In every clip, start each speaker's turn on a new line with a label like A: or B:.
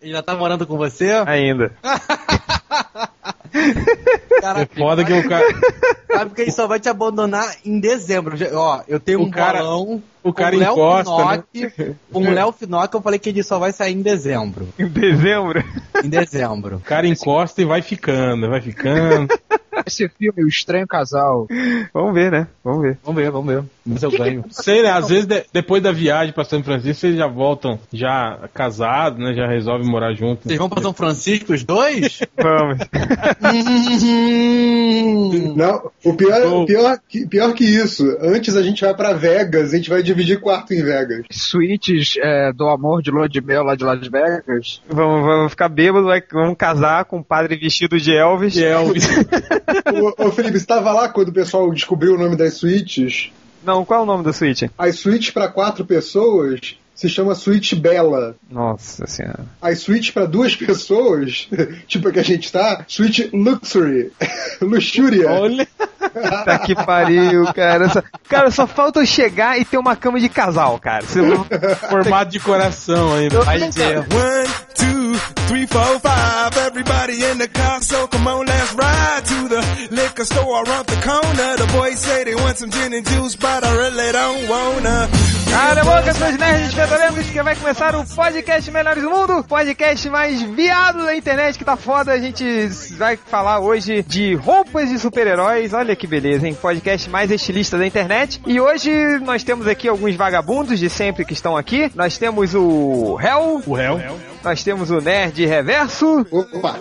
A: Ele já tá morando com você?
B: Ainda.
A: Caraca,
C: É foda que o cara,
A: sabe que ele só vai te abandonar em dezembro. Já- Ó, eu tenho
C: O
A: um
C: cara-
A: bolão
C: o cara
A: com um Léo
C: encosta, né?
A: Finock, com o Léo Finock, eu falei que ele só vai sair em dezembro.
B: Em dezembro?
A: Em dezembro.
C: o cara encosta e vai ficando, vai ficando.
D: Esse filme, O Estranho Casal.
B: Vamos ver, né? Vamos ver.
A: Vamos ver, vamos ver. Mas eu ganho.
C: Não sei, né? Às vezes de- depois da viagem pra São Francisco, vocês já voltam já casados, né? Já resolvem morar junto.
A: Vocês vão pra São Francisco os dois?
B: Vamos.
A: Hum.
E: Não, o pior,
C: Gol.
E: o pior, que, pior que isso, antes a gente vai pra Vegas, a gente vai dividir quarto em Vegas.
D: Suítes é, do Amor de Lua de Mel lá de Las Vegas.
B: Vamos, vamos ficar bêbado, vai- vamos casar com um padre vestido de Elvis.
C: E é o-
E: Ô, ô, Felipe, você tava lá quando o pessoal descobriu o nome das suítes?
B: Não, qual é o nome da suíte?
E: As suítes pra quatro pessoas se chama suíte bela.
B: Nossa senhora.
E: As suítes pra duas pessoas, tipo a que a gente tá, suíte luxury, luxúria.
C: Olha,
B: Tá que pariu, cara. Só- Cara, só falta eu chegar e ter uma cama de casal, cara. Se eu-
C: formado de coração ainda.
B: Aí, é,
F: One, two, three, four, five. Everybody in the car, so come on, let's ride to the liquor store around the corner. The boys say they want some gin and juice, but I really don't wanna.
B: Cala a boca, seus nerds fedorentes, que vai começar o podcast Melhores do Mundo, podcast mais viado da internet que tá foda. A gente vai falar hoje de roupas de super-heróis. Olha que beleza, hein? Podcast mais estilista da internet. E hoje nós temos aqui alguns vagabundos de sempre que estão aqui. Nós temos o Hell,
C: O réu.
B: nós temos o Nerd Reverso,
E: Opa,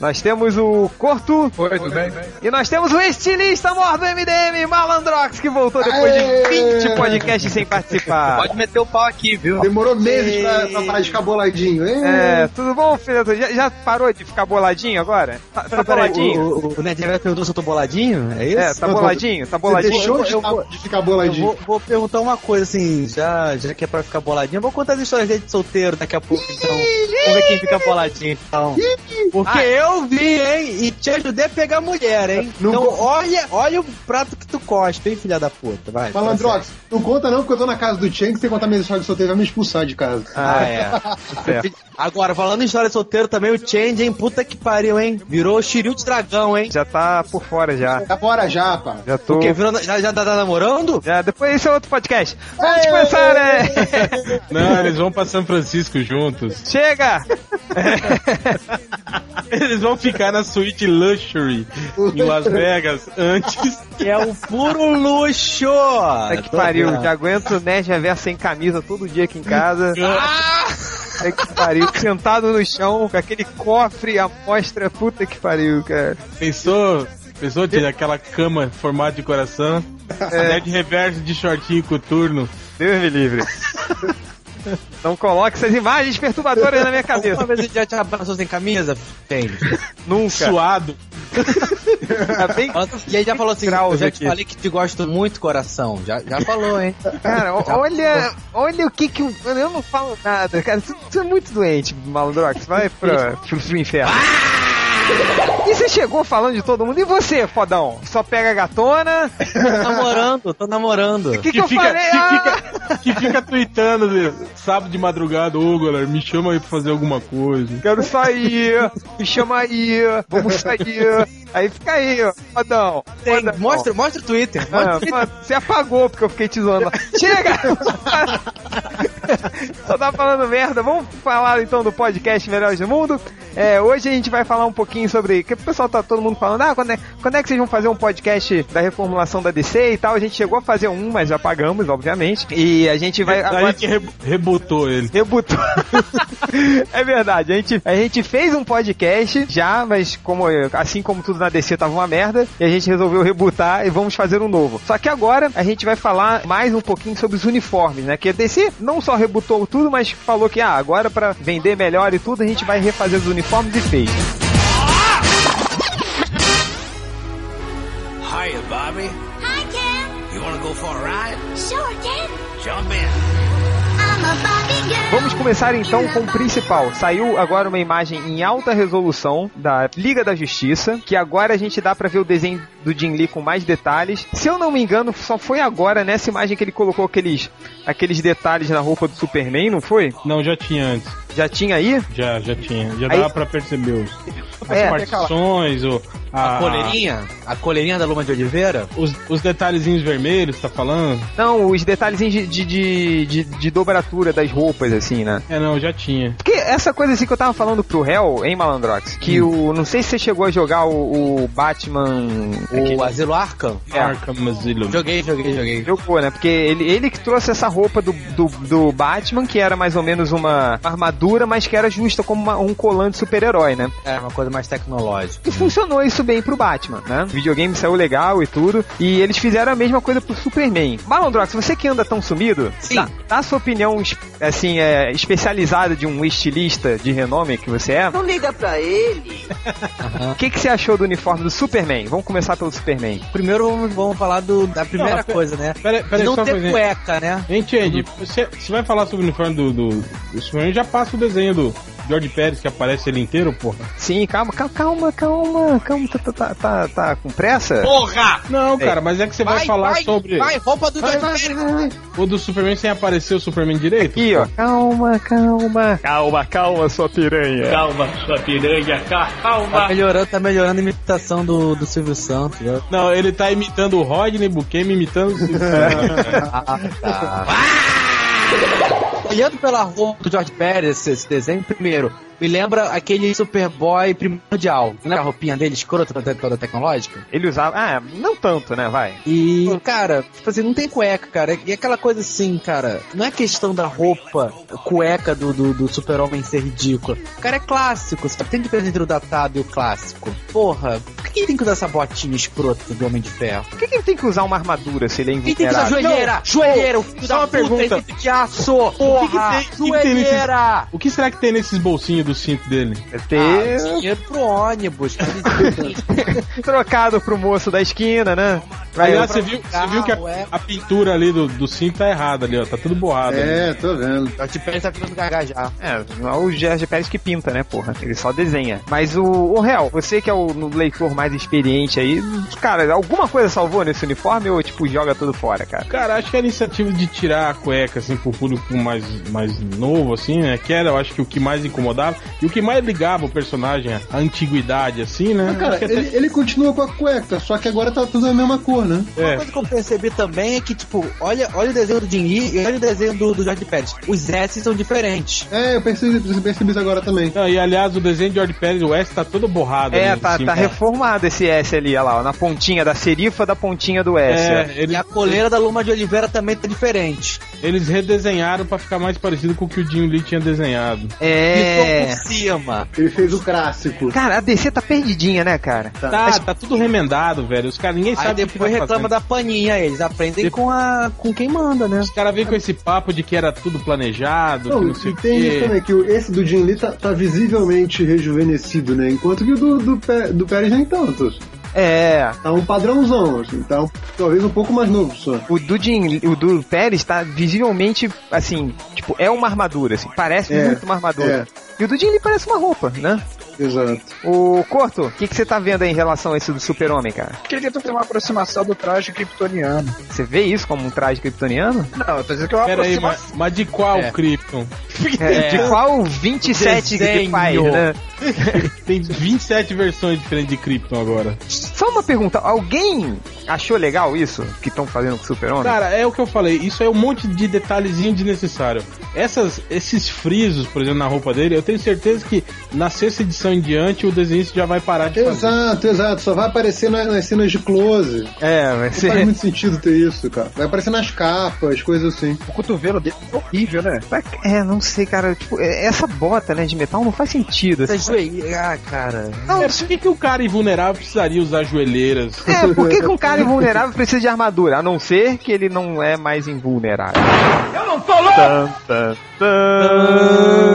B: nós temos o Corto
D: Oi, tudo bem?
B: e nós temos o estilista mor do MDM, Malandrox, que voltou depois
E: Aê!
B: de 20 podcasts sem participar.
G: Pode meter o pau aqui, viu?
E: demorou meses pra, pra parar de ficar boladinho, hein?
B: É, tudo bom, filho? Já, já parou de ficar boladinho agora? Tá, tá boladinho?
A: O, o, o Ned Reverso perguntou se eu tô boladinho? É isso?
B: É, tá boladinho? Tá
E: Você
B: boladinho?
E: deixou de,
A: eu vou-
E: de ficar
A: Eu
E: boladinho.
A: vou, vou perguntar uma coisa assim, já, já que é pra ficar boladinho, eu vou contar as histórias dele de solteiro daqui a pouco, então. Vamos ver quem fica boladinho, então. Porque
B: Ah.
A: eu vi, hein? E te ajudei a pegar mulher, hein?
E: Não
A: então
E: vou-
A: olha, olha o prato que tu cospe, hein, filha da puta. Vai. Tá
E: Malandrox, não conta não, porque eu tô na casa do Chen, que você contar minha história de solteiro, vai me expulsar de casa.
A: Ah, é.
B: certo.
A: Agora, falando em história de solteiro também, o Change, hein? Puta que pariu, hein? Virou o Shiryu de dragão, hein?
B: Já tá por fora já.
E: Tá fora já, pá.
B: Já tô.
A: Porque virou, já, já tá namorando?
B: Já, depois esse é outro podcast. Vamos começar, né?
C: Não, eles vão pra São Francisco juntos.
B: Chega!
C: Eles vão ficar na suíte Luxury em Las Vegas antes.
A: Que é o puro luxo!
B: Tá que pariu, já aguento o Nerd Reverso sem camisa todo dia aqui em casa.
A: Ah!
B: Tá que pariu, sentado no chão com aquele cofre à mostra. Puta que pariu, cara.
C: Pensou? Pensou de aquela cama formato de coração?
A: É.
C: Nerd reverso de shortinho coturno.
B: Deus me livre. Não coloque essas imagens perturbadoras na minha cabeça.
A: Uma vez ele já te abraçou sem camisa? Tem.
B: Nunca.
C: Suado.
B: Tá bem
A: E aí já falou assim,
B: Graus
A: eu já te
B: aqui.
A: falei que te gosto muito, coração. Já, já falou, hein?
B: Cara, o- olha, olha o que que. Eu, eu não falo nada, cara. Tu, tu é muito doente, Malandrox. Vai pra, pro, pro inferno.
C: Ah!
B: E você chegou falando de todo mundo. E você, fodão? Só pega gatona?
A: Tô namorando, tô namorando.
B: O que, que, eu
C: fica,
B: falei?
C: que,
B: Ah,
C: fica, que fica tweetando de- sábado de madrugada, ô galera, me chama aí pra fazer alguma coisa.
B: Quero sair, me chama aí, vamos sair. Aí fica aí, ó, fodão.
A: Tem,
B: fodão.
A: mostra, mostra o Twitter.
B: Ah, mano, você apagou porque eu fiquei te zoando. lá. Chega! Só tá falando merda. Vamos falar então do podcast Melhores do Mundo. É, hoje a gente vai falar um pouquinho sobre. Que o pessoal tá todo mundo falando, ah, quando é, quando é que vocês vão fazer um podcast da reformulação da DC e tal? A gente chegou a fazer um, mas apagamos, obviamente. E É, a gente vai.
C: A gente re- rebutou ele.
B: Rebutou. é verdade, a gente, a gente fez um podcast já, mas como eu- assim como tudo na DC tava uma merda, e a gente resolveu rebutar e vamos fazer um novo. Só que agora a gente vai falar mais um pouquinho sobre os uniformes, né? Que a DC não só rebutou tudo, mas falou que ah, agora pra vender melhor e tudo, a gente vai refazer os uniformes e fez.
F: Hiya, Bobby.
H: Hi, Ken.
F: You wanna go for a ride?
H: Sure, Ken.
F: Jump in.
H: I'm a Bobby girl.
B: Vamos começar então com o principal. Saiu agora uma imagem em alta resolução da Liga da Justiça, que agora a gente dá pra ver o desenho do Jim Lee com mais detalhes. Se eu não me engano, só foi agora né, nessa imagem que ele colocou aqueles, aqueles detalhes na roupa do Superman, não foi?
C: Não, já tinha antes.
B: Já tinha aí?
C: Já, já tinha. Já
B: Aí-
C: dava pra perceber os, as
B: É,
C: partições, o, a,
A: A coleirinha? A coleirinha da Luma de Oliveira?
C: os, os detalhezinhos vermelhos, tá falando?
B: Não, os detalhezinhos de, de, de, de- de dobratura das roupas, assim, né?
C: É, não, já tinha.
B: Porque essa coisa assim que eu tava falando pro réu, hein, Malandrox? Que o. Não sei se você chegou a jogar o, o Batman.
C: É
A: O Asilo Arkham?
B: É.
C: Arkham Asylum.
A: Joguei, joguei, joguei.
B: Jogou, né? Porque ele, ele que trouxe essa roupa do, do, do Batman, que era mais ou menos uma armadura, mas que era justa como uma- um colante super-herói, né?
A: É uma coisa mais tecnológica.
B: E funcionou isso bem pro Batman, né? O videogame saiu legal e tudo. E eles fizeram a mesma coisa pro Superman. Malandrox, você que anda tão sumido,
A: Sim.
B: Dá, dá a sua opinião es- assim, é, especializada de um estilista de renome que você é.
G: Não liga pra ele.
B: O que, que você achou do uniforme do Superman? Vamos começar pelo Superman.
A: Primeiro vamos, vamos falar do- da primeira
C: Não, pe-
A: coisa, né?
C: Pera, pera aí,
A: não
C: só um
A: ter
C: pouquinho.
A: cueca, né?
C: Gente, Andy, você, você vai falar sobre o uniforme do, do, do Superman, já passa o desenho do George Pérez, que aparece ele inteiro, porra.
B: Sim, calma, calma, calma, calma, calma, tá, tá, tá, tá, tá com pressa? Ah,
A: Porra!
C: Não, cara, mas é que você vai, falar sobre
A: Vai, roupa do
C: Vai,
A: Vai,
C: vai, o do Superman sem aparecer o Superman direito.
B: Aqui, ó. Calma, calma. Calma, calma, sua piranha.
A: Tá melhorando, tá melhorando a imitação do, do Silvio Santos. né?
C: Não, ele tá imitando o Rodney Bukemi, imitando...
A: Ah, tá. Olhando pela roupa do George Pérez, esse, esse desenho, primeiro, me lembra aquele Superboy primordial, né? A roupinha dele escrota toda, toda tecnológica.
B: Ele usava. Ah, não tanto, né? Vai.
A: E, cara, tipo assim, não tem cueca, cara. E aquela coisa assim, cara, não é questão da roupa, cueca do, do, do super-homem ser ridícula. O cara é clássico, sabe? Tem diferença entre o datado e o clássico. Porra, por que ele tem que usar essa botinha escrota do Homem de Ferro?
B: Por que, que ele tem que usar uma armadura se ele é
A: Quem tem que usar
B: invulnerável?
A: joelheira? joelheira, o filho
C: só
A: da
C: uma
A: puta,
C: pergunta.
A: esse de aço, porra,
C: tem- Ah, o que que tem nesse-
A: joelheira!
C: o que será que tem nesses bolsinhos do cinto dele?
B: É
A: Ah,
B: ter
A: dinheiro pro ônibus, camisinha.
B: trocado pro moço da esquina, né? Pra
C: Aliás,
B: eu-
C: você viu, você viu que a,
A: carro, é.
C: a pintura ali do, do cinto tá errada ali, ó. Tá tudo borrado. ali.
E: É, tô vendo.
A: Eu te penso tá ficando gaguejar.
B: É, não é o Gerge Pérez que pinta, né, porra? Ele só desenha. Mas o, o Real, você que é o no- leitor mais experiente aí, cara, alguma coisa salvou nesse uniforme ou, tipo, joga tudo fora, cara?
C: Cara, acho que a iniciativa de tirar a cueca, assim, pro público mais, mais novo, assim, né? Que era, eu acho que o que mais incomodava. E o que mais ligava o personagem à antiguidade, assim, né?
E: Mas, cara, ele, ele continua com a cueca, só que agora tá tudo da mesma cor, né?
C: É.
A: Uma coisa que eu percebi também é que, tipo, olha, olha o desenho do Jim Lee e olha o desenho do, do Jorge Pérez. Os S são diferentes.
E: É, eu percebi, eu percebi isso agora também.
C: Não, e aliás, o desenho de George Pérez, o S tá todo borrado.
B: É,
C: ali,
B: tá,
C: assim,
B: tá
C: né?
B: reformado esse S ali, olha lá, ó, na pontinha da serifa da pontinha do S. ó.
C: É,
A: E
C: ele-
A: a coleira da Luma de Oliveira também tá diferente.
C: eles redesenharam pra ficar mais parecido com o que o Jim Lee tinha desenhado.
A: E
B: É.
A: por cima.
E: Ele fez o clássico.
B: Cara, a DC tá perdidinha, né, cara?
C: Tá, tá tudo remendado, velho. Os caras, ninguém
A: Aí
C: sabe o que
A: depois
C: tá
A: reclama
C: fazendo.
A: da paninha, eles aprendem com, a, com quem manda, né?
C: Os caras vêm com esse papo de que era tudo planejado,
E: Não,
C: que não sei
E: e
C: o
E: tem isso
C: quê.
E: também, que o- esse do Jim Lee tá, tá visivelmente rejuvenescido, né? Enquanto que o do, do, Pé- do Pérez nem tanto.
B: É.
E: Tá um padrãozão, assim, tá um- talvez um pouco mais novo só.
B: O do, Jim, o do Pérez tá visivelmente, assim, tipo, é uma armadura, assim, parece
E: É, Tá
B: muito uma armadura. E o do Jim Lee parece uma roupa, né?
E: Exato.
B: O Corto, o que que você tá vendo aí em relação a isso do super-homem, cara?
D: Porque ele tentou fazer uma aproximação do traje kryptoniano.
B: Você vê isso como um traje kryptoniano?
D: Não, eu tô dizendo que é uma
C: Pera aí,
D: aproximação.
C: mas, mas de qual
A: É.
C: Krypton?
B: É, de qual 27 que
A: Desenho.
B: faz, né?
C: Tem 27 versões diferentes de Krypton agora.
B: Só uma pergunta, alguém achou legal isso que estão fazendo com o super-homem?
C: Cara, é o que eu falei, isso é um monte de detalhezinho desnecessário. Essas, esses frisos, por exemplo, na roupa dele, eu tenho certeza que na sexta edição em diante o desenhista já vai parar de fazer.
E: Exato, exato. Só vai aparecer na- nas cenas de close. Não
B: É, vai
E: faz
B: ser...
E: muito sentido ter isso, cara. Vai aparecer nas capas, coisas assim.
D: O cotovelo dele é horrível, né?
B: É, não sei, cara, tipo, é- essa bota, né, de metal não faz sentido. assim.
A: Essa joelha. Ah, cara.
B: Não,
C: É, por que, que o cara invulnerável precisaria usar joelheiras?
B: É, por que, que um cara invulnerável precisa de armadura? A não ser que ele não é mais invulnerável. Eu não tô louco!
C: Ah.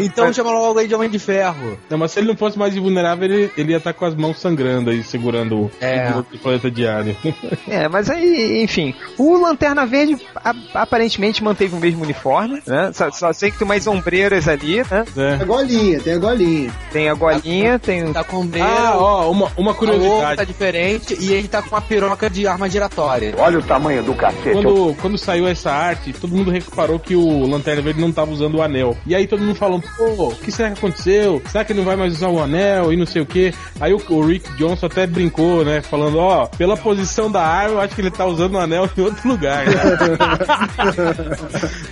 A: então chama logo aí de Homem de Ferro.
C: Não, mas se ele não fosse mais invulnerável, ele, ele ia estar com as mãos sangrando aí, segurando o-
A: É.
C: o planeta diário.
B: É, mas aí, enfim. O Lanterna Verde a- aparentemente manteve o mesmo uniforme, né? Só, só sei que tem umas ombreiras ali, né?
C: É.
E: Tem a golinha, tem a golinha.
B: Tem a golinha, tem.
A: Tá com medo.
C: Ah, ó, uma, uma
A: a roupa tá
C: curiosidade.
A: diferente e ele tá com uma piroca de arma giratória.
C: Quando, quando saiu essa arte, todo mundo mundo reparou que o Lanterna Verde não tava usando o anel. E aí todo mundo falou, pô, o que será que aconteceu? Será que ele não vai mais usar o anel e não sei o que? Aí o, o Rick Johnson até brincou, né? Falando, ó, pela posição da arma, eu acho que ele tá usando o anel em outro lugar. né?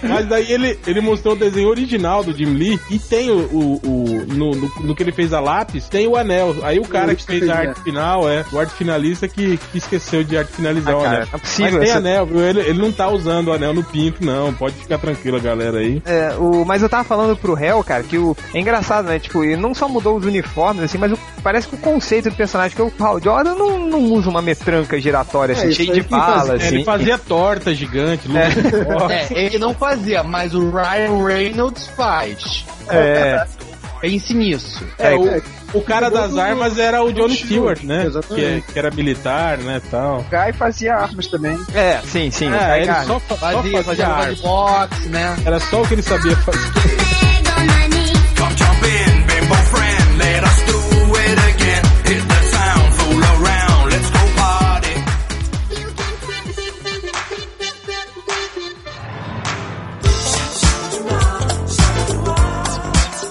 C: Mas daí ele, ele mostrou o desenho original do Jim Lee e tem o. o, o- no, no, no que ele fez a lápis, tem o anel. Aí o cara que fez a arte final, é, o arte finalista que, que esqueceu de arte finalizar
B: Ah,
C: o
B: cara,
C: anel.
B: não é possível
C: Mas tem
B: essa-
C: anel, viu? Ele, ele não tá usando o anel no pinto, não. Pode ficar tranquila, galera aí.
B: É, o, mas eu tava falando pro réu, cara, que o. É engraçado, né? Tipo, ele não só mudou os uniformes, assim, mas o- parece que o conceito do personagem, que o Hal Jordan não, não usa uma metranca giratória, assim,
E: isso
B: cheia
E: aí
B: de
E: quem fazia-
B: bala,
C: É,
B: assim.
C: ele fazia torta gigante, luta de boxe.
G: É, ele não fazia, mas o Ryan Reynolds faz.
B: É,
G: Pense nisso.
C: É,
B: é,
C: o, o cara das armas era o Johnny Stewart, né? Que, é- que era militar, né, tal.
D: Guy fazia armas também.
B: é, sim, sim.
C: É, ele
B: cara.
C: só, fa- só
G: Fazia, fazia luva de
C: arma.
G: boxe, né?
C: Era só o que ele sabia fazer.
H: Leg on my knee.
F: Come jump in, bimbo friend, let us do it again. Hit the town, fool around, let's go party.
H: You can.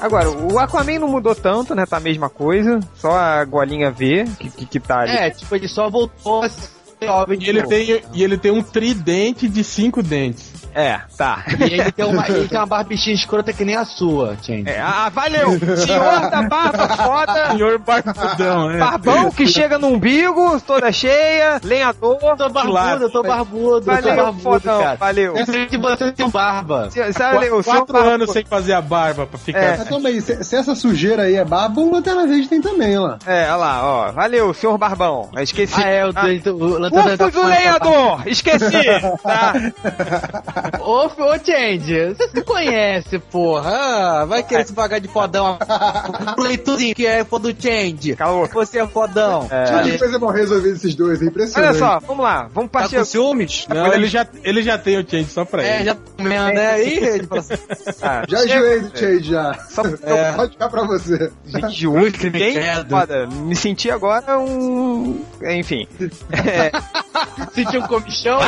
B: Agora, o Aquaman não mudou tanto, né? Tá a mesma coisa. Só a golinha V que, que, que tá ali.
G: É, tipo, ele só voltou a ser jovem
C: E
G: de
C: ele,
G: novo.
C: tem, e ele tem um tridente de cinco dentes.
B: É, tá.
G: E ele tem uma, ele tem uma barbichinha escrota que nem a sua, gente.
B: É, ah, valeu! Senhor da barba foda!
C: Senhor Barbudão, né?
B: Barbão que chega no umbigo, toda cheia, lenhador.
G: Eu tô barbudo, eu tô barbudo, eu tô
B: Valeu,
G: barbudo,
B: fodão,
G: cara.
B: valeu.
A: É,
G: Eu sei que você tem barba.
B: Sabe,
C: Qu-
B: o senhor
C: quatro
B: barbudo.
C: anos sem fazer a barba pra ficar. assim.
B: É.
E: Mas calma aí, se, se essa sujeira aí é baba, o Lanterna Verde tem também, ó.
B: É, olha lá, ó. Valeu, senhor Barbão. Eu Esqueci.
G: Ah, é, o, o, o tá lanterna
B: Urso do lenhador! Esqueci! Tá.
G: Ô, f- ô, Change, você se conhece, porra.
A: Ah, vai querer se pagar de fodão. Pleituzinho que é fã do Change.
B: Cala a boca.
A: Você é fodão.
E: Que coisa mal resolvida esses dois, é impressionante.
B: Olha só, vamos lá, vamos
A: Tá
B: partir.
A: com ciúmes?
C: Não, ele já, ele já tem o change só pra
A: É,
C: ele.
A: já tá comendo, né? Ih, ele fala assim,
B: Ah,
E: Já
B: chega-
E: enjoei do Change já.
B: Só-
E: É. Pode ficar pra você.
B: Gente, de olho que ninguém
A: credo.
B: foda. Me senti agora um. Enfim. É,
G: Sentiu um comichão?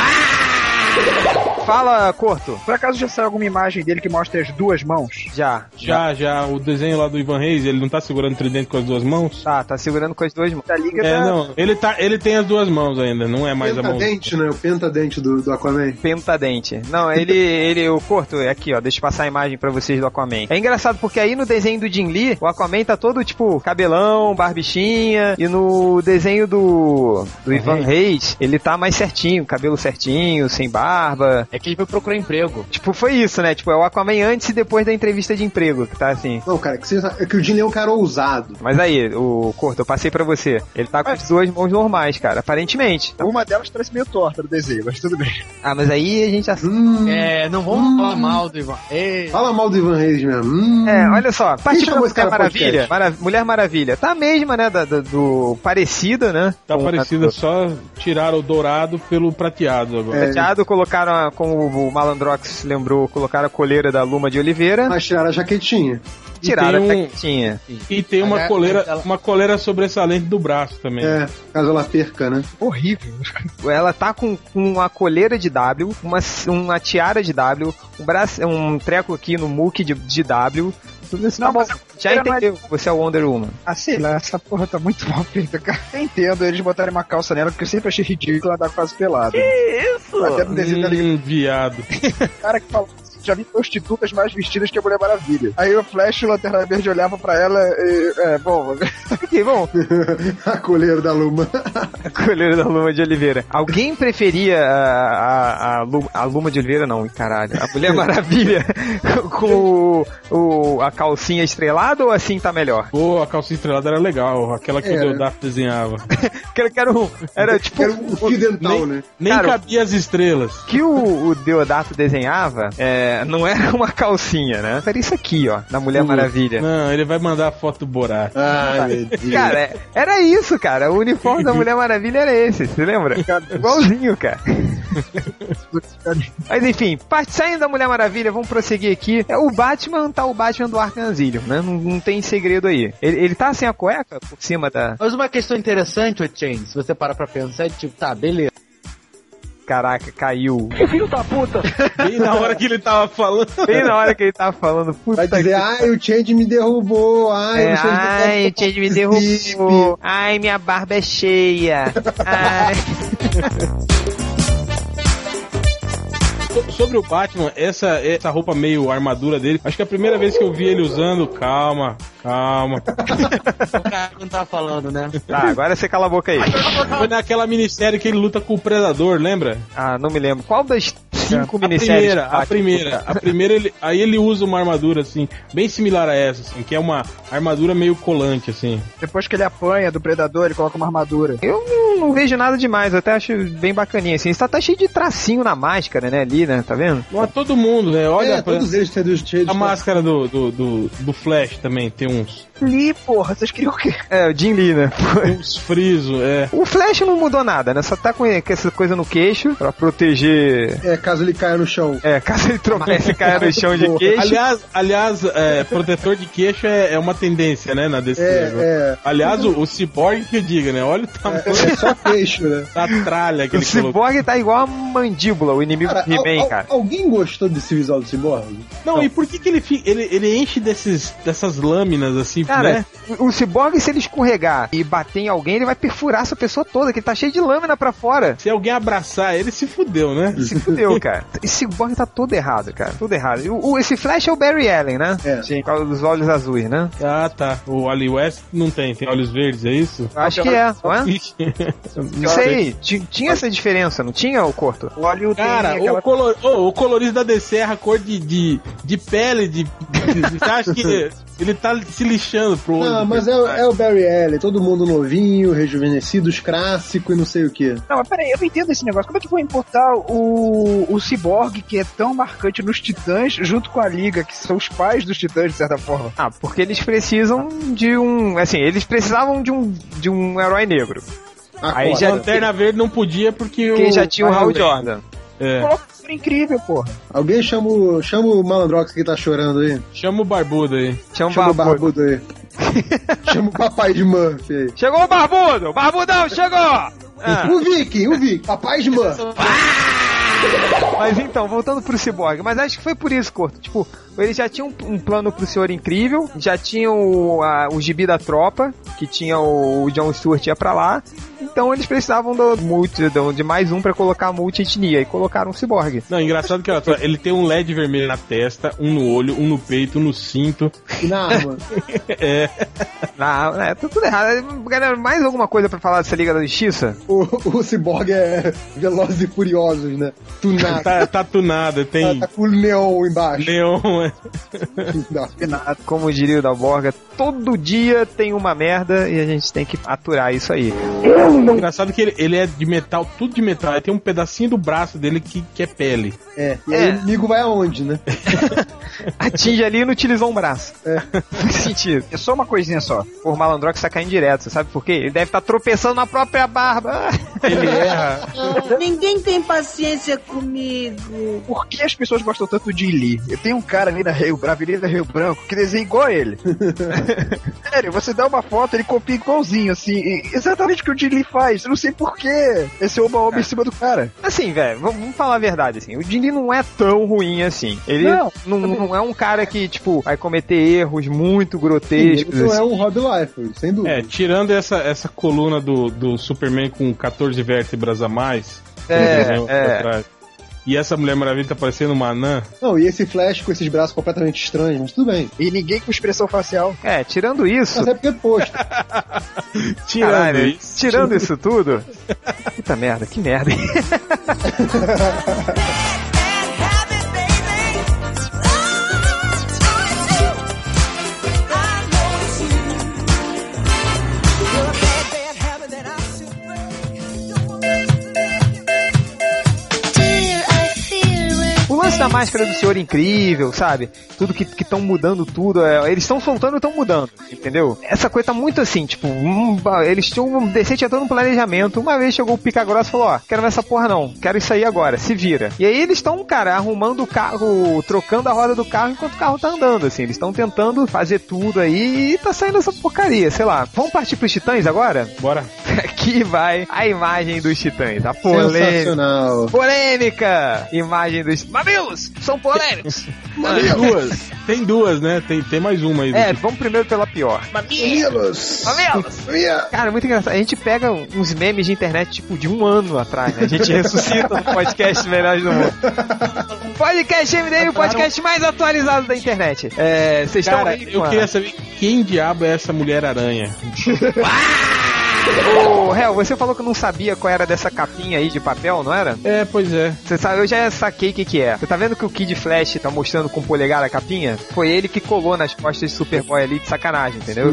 B: fala, Corto.
D: Por acaso já saiu alguma imagem dele que mostra as duas mãos?
B: Já.
C: Já, já, o desenho lá do Ivan Reis, ele não tá segurando o tridente com as duas mãos?
B: Tá, tá segurando com as duas mãos.
D: Da Liga
C: É,
D: da...
C: não, ele, tá, ele tem as duas mãos ainda, não é mais a mão.
E: Pentadente, né? O pentadente do, do Aquaman.
B: Pentadente. Não, ele, ele, o corto, é aqui, ó, deixa eu passar a imagem pra vocês do Aquaman. É engraçado porque aí no desenho do Jin Lee, o Aquaman tá todo tipo cabelão, barbichinha, e no desenho do, do Ivan Reis, ele tá mais certinho, cabelo certinho, sem barba.
G: É que ele foi procurar emprego.
B: Tipo, foi isso, né? Tipo, é o Aquaman antes e depois da entrevista de emprego, que tá assim.
E: Não, cara, que, sensa- é que o Jim é um cara ousado.
B: Mas aí, o corto, eu passei pra você. Ele
G: É.
B: tá com as duas mãos normais, cara, aparentemente.
D: Uma delas parece meio torta no desenho, mas tudo bem.
B: Ah, mas aí a gente assim.
E: Hum,
G: É, não vamos
E: Hum.
G: falar mal do Ivan. Ei,
E: Fala mal do Ivan Reis mesmo. Hum.
B: É, olha só, partir
E: Quem
B: pra
E: chamou
B: Mulher
E: esse cara pro
B: Maravilha,
E: podcast?
B: Mara- Mulher Maravilha, tá a mesma, né, da- da- do parecida, né?
C: Tá
B: Com-
C: parecida, só tiraram o dourado pelo prateado agora.
B: Prateado, colocaram, a- como o Malandrox lembrou, colocaram a coleira da Luma de Oliveira,
E: Mas tiraram a jaquetinha.
B: tiraram a
C: tem um-
B: jaquetinha.
C: E tem uma
G: Aliás,
C: coleira,
G: ela-
C: uma coleira sobressalente do braço também.
E: É, caso ela perca, né?
D: Horrível.
B: Ela tá com, com uma coleira de W, uma, uma tiara de W, um, braço, um treco aqui no muque de, de W. Tudo isso, tá
D: Não,
B: bom.
D: mas a
B: Já
D: coleira
B: entendeu, você é o Wonder Woman.
D: Ah, sei lá, essa porra tá muito mal feita, cara. Eu entendo eles botarem uma calça nela, porque eu sempre achei ridículo ela dar quase pelada. Que isso? Até no desenho da Liga
C: Hum, viado.
D: cara que falou assim, já vi prostitutas mais vestidas que a Mulher Maravilha. Aí o Flash e o Lanterna Verde olhavam pra ela e... É, bom...
B: Ok, bom,
E: a coleira da Luma.
B: Coleira da Luma de Oliveira. Alguém preferia a, a, a, Lu- a Luma de Oliveira, não, caralho. A Mulher Maravilha com o, o- a calcinha estrelada ou assim tá melhor?
C: Pô, a calcinha estrelada era legal, aquela que o
E: Era.
C: Deodato desenhava.
B: Que era, que era, um- era tipo.
E: Era um fio dental,
C: nem
E: né?
C: nem
B: Cara,
C: cabia as estrelas.
B: o que o, o Deodato desenhava é, não era uma calcinha, né? Era isso aqui, ó, da Mulher Maravilha.
C: Não, ele vai mandar a foto do Borat.
E: Ai, meu Deus.
B: Cara, é- era isso, cara. O uniforme da Mulher Maravilha era esse, você lembra? Igualzinho, cara. Mas enfim, parte- saindo da Mulher Maravilha, vamos prosseguir aqui. É, o Batman tá o Batman do Arkham Asylum, né? Não, não tem segredo aí. Ele, ele tá sem a cueca por cima da.
G: Mas uma questão interessante, ô Change, se você parar pra pensar, é tipo, tá, beleza.
B: Caraca, caiu.
C: Bem na hora que ele tava falando.
B: Bem na hora que ele tava falando. Puta
E: Vai dizer,
B: que...
E: ai, o Change me derrubou, ai,
B: É,
E: eu não sei
B: ai, o Change me derrubou. Ai, minha barba é cheia. Ai.
C: So- Sobre o Batman, essa, essa roupa meio armadura dele, acho que é a primeira vez que eu vi ele usando, calma, calma.
A: O cara não tá falando, né?
B: Tá, agora você cala a boca aí.
C: Foi naquela minissérie que ele luta com o Predador, lembra?
B: Ah, não me lembro. Qual das cinco
C: a
B: minisséries?
C: primeira, a primeira, a primeira ele, aí ele usa uma armadura assim, bem similar a essa, assim, que é uma armadura meio colante, assim.
D: Depois que ele apanha do predador, ele coloca uma armadura.
B: Eu não, não vejo nada demais, eu até acho bem bacaninha, assim. Está tá cheio de tracinho na máscara, né, ali, né, tá vendo?
C: Não é todo mundo, né?
E: Olha,
C: Olha,
E: é, todos eles né? têm do Change.
C: a máscara do, do, do, do Flash também tem uns,
D: Li, porra, vocês queriam o quê?
B: É, o Jim Lee, né?
C: tem uns friso, é.
B: O Flash não mudou nada, né? Só tá com com essa coisa no queixo pra proteger...
E: É, caso ele caia no chão.
B: É, caso ele tropece e caia no chão de queixo...
C: Aliás, aliás é, protetor de queixo é, é uma tendência, né, na DC. agora.
E: É, é.
C: Aliás, o, o Cyborg que eu diga, né? Olha o
E: É,
C: tamanho
E: é só queixo, né?
C: da tralha que
B: O
C: ele colocou.
B: Cyborg tá igual a mandíbula, o inimigo
E: Cara,
B: do
E: al-
B: He-Man,
E: al-
B: cara.
E: alguém gostou desse visual do Cyborg?
C: Não, e por que, que ele, fi- ele, ele enche desses, dessas lâminas assim,
B: Cara,
C: né?
B: o o Cyborg, se ele escorregar e bater em alguém, ele vai perfurar essa pessoa toda, que ele tá cheio de lâmina pra fora.
C: Se alguém abraçar ele, se fudeu, né?
B: Se fudeu, cara. Esse Cyborg tá todo errado, cara. Tudo errado. O, o- esse Flash é o Barry Allen, né?
E: É.
B: Sim. Por causa dos olhos azuis, né?
C: Ah, tá. O Ali West não tem, tem olhos verdes, é isso?
B: Eu Acho que é, não é?
C: Ixi.
B: Não sei, ti- tinha essa diferença, não tinha, o Corto?
D: O óleo
C: Cara,
D: tem aquela...
C: o, color... ô, o colorido da DC é a cor de, de, de pele, de. de- Você acha que ele tá se lixando pro olho?
E: Ah, mas é, é o Barry Allen, todo mundo novinho, rejuvenescido, os clássico e não sei o quê.
D: Não, mas peraí, eu não entendo esse negócio. Como é que vão importar o, o Cyborg, que é tão marcante nos Titãs, junto com a Liga, que são os pais dos Titãs, de certa forma?
B: Ah, porque eles precisam de um. Assim, eles precisavam de um, de um herói negro. Aí
E: Acorda.
C: A Lanterna Verde não podia porque.
B: Porque
C: o-
B: já tinha o Hal Jordan.
C: É.
D: Coloca isso incrível, porra.
E: Alguém chama, o- chama o Malandrox que tá chorando aí.
C: Chama o Barbudo aí.
B: Tinha um
E: chama o
B: barbudo.
E: Barbudo aí. chama o Papai de Murphy aí.
B: Chegou o Barbudo! Barbudão, chegou! Ah.
E: O Viking, o Viking, Papai de Murphy.
B: Mas então, voltando pro Cyborg, mas acho que foi por isso, Corto. Tipo, ele já tinha um, um plano pro Senhor Incrível, já tinha o, a- o gibi da tropa, que tinha o, o John Stewart ia pra lá, então eles precisavam do multi, do- de mais um pra colocar a multi-etnia, e colocaram o Cyborg.
C: Não, engraçado que olha só, ele tem um LED vermelho na testa, um no olho, um no peito, um no cinto.
E: E na arma.
B: Ah, é, tá tudo errado. Galera, mais alguma coisa pra falar dessa Liga da Justiça?
E: O, o Cyborg é Velozes e Furiosos, né? Tunado. Tá,
C: Tá, tá tunado, tem
E: tá com o neon embaixo.
C: neon. é.
E: Não.
B: Como diria o da Borga, todo dia tem uma merda e a gente tem que aturar isso aí.
C: Engraçado que ele, ele é de metal, tudo de metal. Aí tem um pedacinho do braço dele que, que é pele.
E: É, e aí
B: É.
E: o inimigo vai aonde, né?
B: Atinge ali e não utilizou um braço.
E: É.
B: Faz sentido.
D: É só uma coisinha só.
B: O Malandrox tá caindo direto, você sabe por quê? Ele deve estar tropeçando na própria barba.
C: Ele erra.
I: Ninguém tem paciência comigo.
D: Por que as pessoas gostam tanto de Lee? Eu tenho um cara ali na Rio, na Avenida Rio Branco, que desenha igual a ele. Sério, você dá uma foto, ele copia igualzinho, assim, e- exatamente o que o Jim Lee faz. Eu não sei por que esse é oba-oba em cima do cara.
B: É. Assim, velho, vamos vamos falar a verdade, assim. O Jimmy não é tão ruim assim. Ele não,
D: Não.
B: não é um cara que, tipo, vai cometer erros muito grotescos.
E: Isso
B: assim.
E: é um Rob Life, sem dúvida.
C: É, tirando essa, essa coluna do, do Superman com 14 vértebras a mais. um
B: É,
C: que eles
B: é.
C: atrás, E essa Mulher Maravilha tá parecendo uma anã.
E: Não, e esse Flash com esses braços completamente estranhos, mas tudo bem.
D: um- E ninguém com expressão facial.
B: É, tirando isso.
E: Mas é porque é posto.
C: é Tirando
B: caralho,
C: isso.
B: tirando isso tudo. Puta merda, que merda. O lance da máscara do Senhor Incrível, sabe? Tudo que estão mudando tudo. é, eles estão soltando e estão mudando, entendeu? Essa coisa tá muito assim, tipo, hum, ba- eles tinham um decente a todo um planejamento. Uma vez chegou o Pica Grossa e falou, ó, quero ver essa porra não, quero isso aí agora, se vira. E aí eles estão, cara, arrumando o carro, trocando a roda do carro enquanto o carro tá andando, assim. Eles estão tentando fazer tudo aí e tá saindo essa porcaria, sei lá. Vamos partir pros Titãs agora?
C: Bora.
B: Aqui vai a imagem dos Titãs, a polêmica.
E: Sensacional.
B: Polêmica! Imagem dos mamilos! São polêmicos!
C: Tem duas. Tem duas, né? Tem, tem mais uma aí.
B: é, vamos primeiro pela pior.
E: Mamilos!
B: Mamilos!
E: Mamilos!
B: Cara, muito engraçado. A gente pega uns memes de internet, tipo, de um ano atrás, né? A gente ressuscita no podcast Melhores do Mundo. Podcast MDM, o podcast mais atualizado da internet. É, vocês estão
C: Cara,
B: aí com
C: Então, eu
B: a-
C: queria saber quem diabo é essa mulher aranha.
B: Ô, Hel, você falou que não sabia qual era dessa capinha aí de papel, não era?
C: É, pois é.
B: Você sabe, eu já saquei o que, que é. Você tá vendo que o Kid Flash tá mostrando com o polegar a capinha? Foi ele que colou nas costas de Superboy ali de sacanagem, entendeu?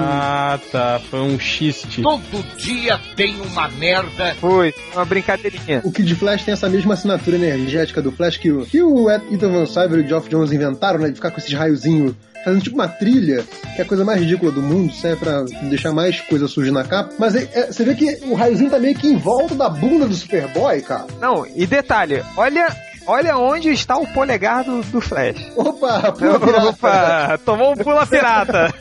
C: Ah, tá. Foi um xiste.
G: Todo dia tem uma merda.
B: Foi, uma brincadeirinha.
E: O Kid Flash tem essa mesma assinatura energética do Flash que o, que o Ed- Ethan Van Cyber e o Geoff Jones inventaram, né? De ficar com esses raiozinhos fazendo tipo uma trilha, que é a coisa mais ridícula do mundo, serve pra deixar mais coisa suja na capa. Mas é- é- você vê que o raiozinho tá meio que em volta da bunda do Superboy, cara.
B: Não, e detalhe, olha, olha onde está o polegar do, do Flash.
E: Opa, pô,
B: Opa, tomou um pula pirata.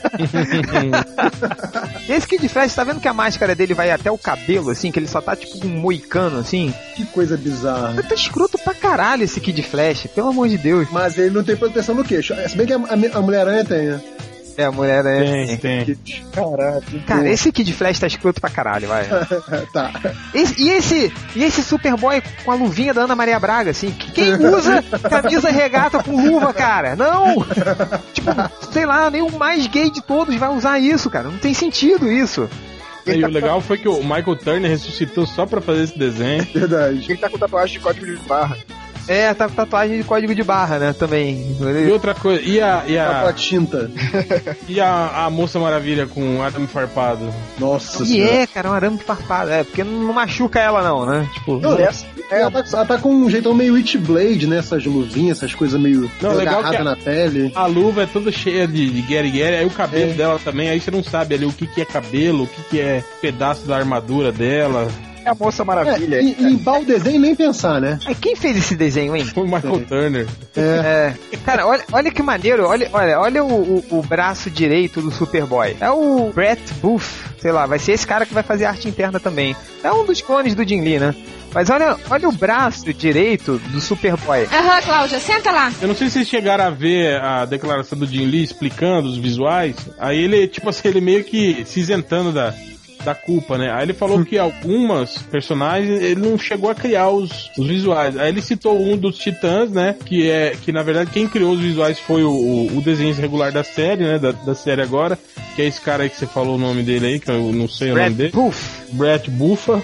B: Esse Kid Flash, tá vendo que a máscara dele vai até o cabelo, assim, que ele só tá tipo um moicano, assim?
E: que coisa bizarra.
B: Tá escroto pra caralho esse Kid Flash, pelo amor de Deus.
E: Mas ele não tem proteção no queixo. Se bem que a, a- a Mulher-Aranha tem, né?
B: É, a mulher é...
C: Tem, tem.
E: Caraca,
B: Cara, esse Kid Flash tá escroto pra caralho, vai.
E: tá.
B: Esse- e esse e esse Superboy com a luvinha da Ana Maria Braga, assim? que- Quem usa camisa regata com luva, cara? Não! Tipo, sei lá, nem o mais gay de todos vai usar isso, cara. Não tem sentido isso.
C: E o legal foi que o Michael Turner ressuscitou só pra fazer esse desenho.
E: Verdade.
D: Ele tá com tatuagem de código de barra.
B: É, tá tatuagem de código de barra, né? Também.
C: E outra coisa, e a, e
E: Tá com a
C: a,
E: tinta.
C: e a, a Moça Maravilha com o Adam Farpado?
E: Nossa
B: E é, cara, um arame farpado. É, porque não machuca ela, não, né? Tipo,
E: Não, essa- é, ela, tá, ela tá com um jeitão meio Witchblade, né? Essas luvinhas, essas coisas meio
C: Não, legal
E: agarradas
C: que a-
E: na pele.
C: A luva é toda cheia de, de Gary Gary, aí o cabelo dela também, aí você não sabe ali o que, que é cabelo, o que, que é pedaço da armadura dela.
D: É a Moça
E: É,
D: Maravilha.
E: e limpar o desenho e nem pensar, né?
B: Aí é, quem fez esse desenho, hein?
C: Foi o Michael Turner.
B: É. Cara, olha, olha que maneiro. Olha, olha, olha o, o- o braço direito do Superboy. É o Brett Booth. Sei lá, vai ser esse cara que vai fazer arte interna também. É um dos clones do Jim Lee, né? Mas olha, olha o braço direito do Superboy.
C: é
H: Aham, Cláudia, senta lá.
C: Eu não sei se vocês chegaram a ver a declaração do Jim Lee explicando os visuais. Aí ele, tipo assim, ele meio que se isentando da, da culpa, né? Aí ele falou que algumas personagens ele não chegou a criar os, os visuais. Aí ele citou um dos titãs, né? Que é que na verdade quem criou os visuais foi o, o, o desenho regular da série, né? Da, da série agora. Que é esse cara aí que você falou o nome dele aí, que eu não sei o nome dele.
B: Brett Booth.
C: Brett Bufa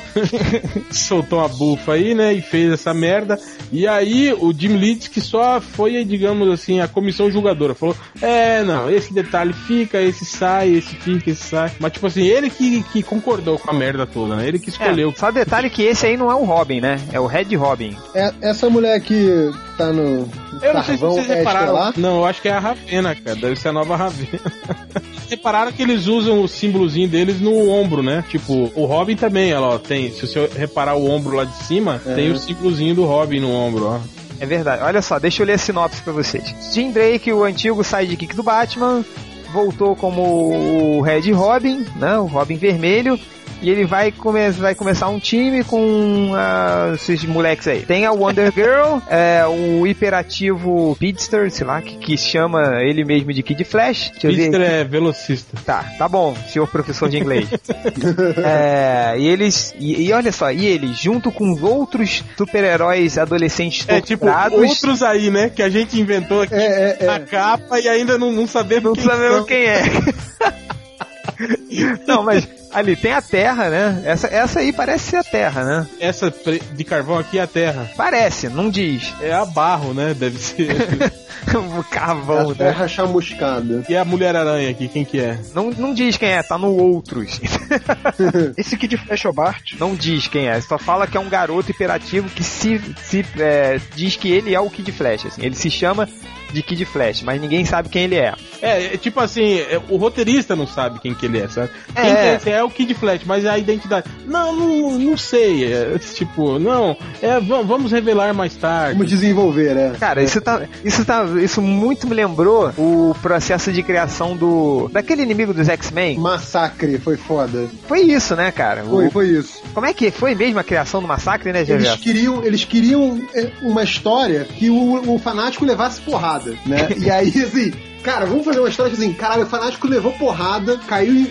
C: soltou uma bufa aí, né? E fez essa merda. E aí o Jim Leeds que só foi, digamos assim, a comissão julgadora. Falou: é, não, esse detalhe fica, esse sai, esse fica, esse sai. Mas tipo assim, ele que, que concordou com a merda toda, né? Ele que escolheu.
B: Só detalhe que esse aí não é o Robin, né? É o Red Robin.
E: É- essa mulher aqui que tá no
C: Eu não sei se
E: carvão
C: vocês
E: é
C: repararam.
E: estelar.
C: Não, eu acho que é a Ravena, cara. Deve ser a nova Ravena. Vocês repararam que eles usam o símbolozinho deles no ombro, né? Tipo, o Robin também, ela ó, tem. Se você reparar o ombro lá de cima, tem
E: É.
C: o símbolozinho do Robin no ombro, ó.
B: É verdade. Olha só, deixa eu ler a sinopse pra vocês. Jim Drake, o antigo sidekick do Batman, voltou como o Red Robin, né? O Robin Vermelho. E ele vai, come vai começar um time com ah, esses moleques aí. Tem a Wonder Girl, é, o hiperativo Pidster, sei lá, que, que chama ele mesmo de Kid Flash. Deixa eu ver
C: Mister é velocista.
B: Tá, tá bom, senhor professor de inglês. é, e eles. E, e olha só, e eles, junto com os outros super-heróis adolescentes
C: É tipo
B: torturados,
C: outros aí, né? Que a gente inventou aqui
E: É, é,
C: na capa e ainda não, não sabemos
B: não
C: quem
B: sabemos
C: são.
B: quem é. não, mas ali tem a Terra, né? Essa, essa aí parece ser a Terra, né?
C: Essa pre- de carvão aqui é a Terra.
B: Parece, não diz.
C: É a barro, né? Deve ser.
B: o carvão,
E: Ela é vai
B: né?
E: rachar moscada.
C: E a Mulher Aranha aqui, quem que é?
B: Não, não diz quem é, tá no outros.
D: Esse aqui de Flash Bart.
B: Não diz quem é, só fala que é um garoto hiperativo que se, se é, diz que ele é o Kid Flash. Assim. Ele se chama de Kid Flash, mas ninguém sabe quem ele é.
C: É, é tipo assim, é, o roteirista não sabe quem que ele é, sabe? Quem que é, esse? é o Kid Flash, mas a identidade. Não, não, não sei. é, tipo, não, é, va- vamos revelar mais tarde.
E: Como desenvolver, é.
B: Cara, isso tá, isso tá, isso muito me lembrou o processo de criação do daquele inimigo dos X-Men.
E: Massacre, foi foda.
B: Foi isso, né, cara? O-
E: Foi, foi isso.
B: como é que foi mesmo a criação do massacre, né,
E: Eles
B: Gervais?
E: queriam, eles queriam é, uma história que o, o fanático levasse porrada, né? E aí, assim, cara, vamos fazer uma história que, assim, caralho, o fanático levou porrada, caiu e.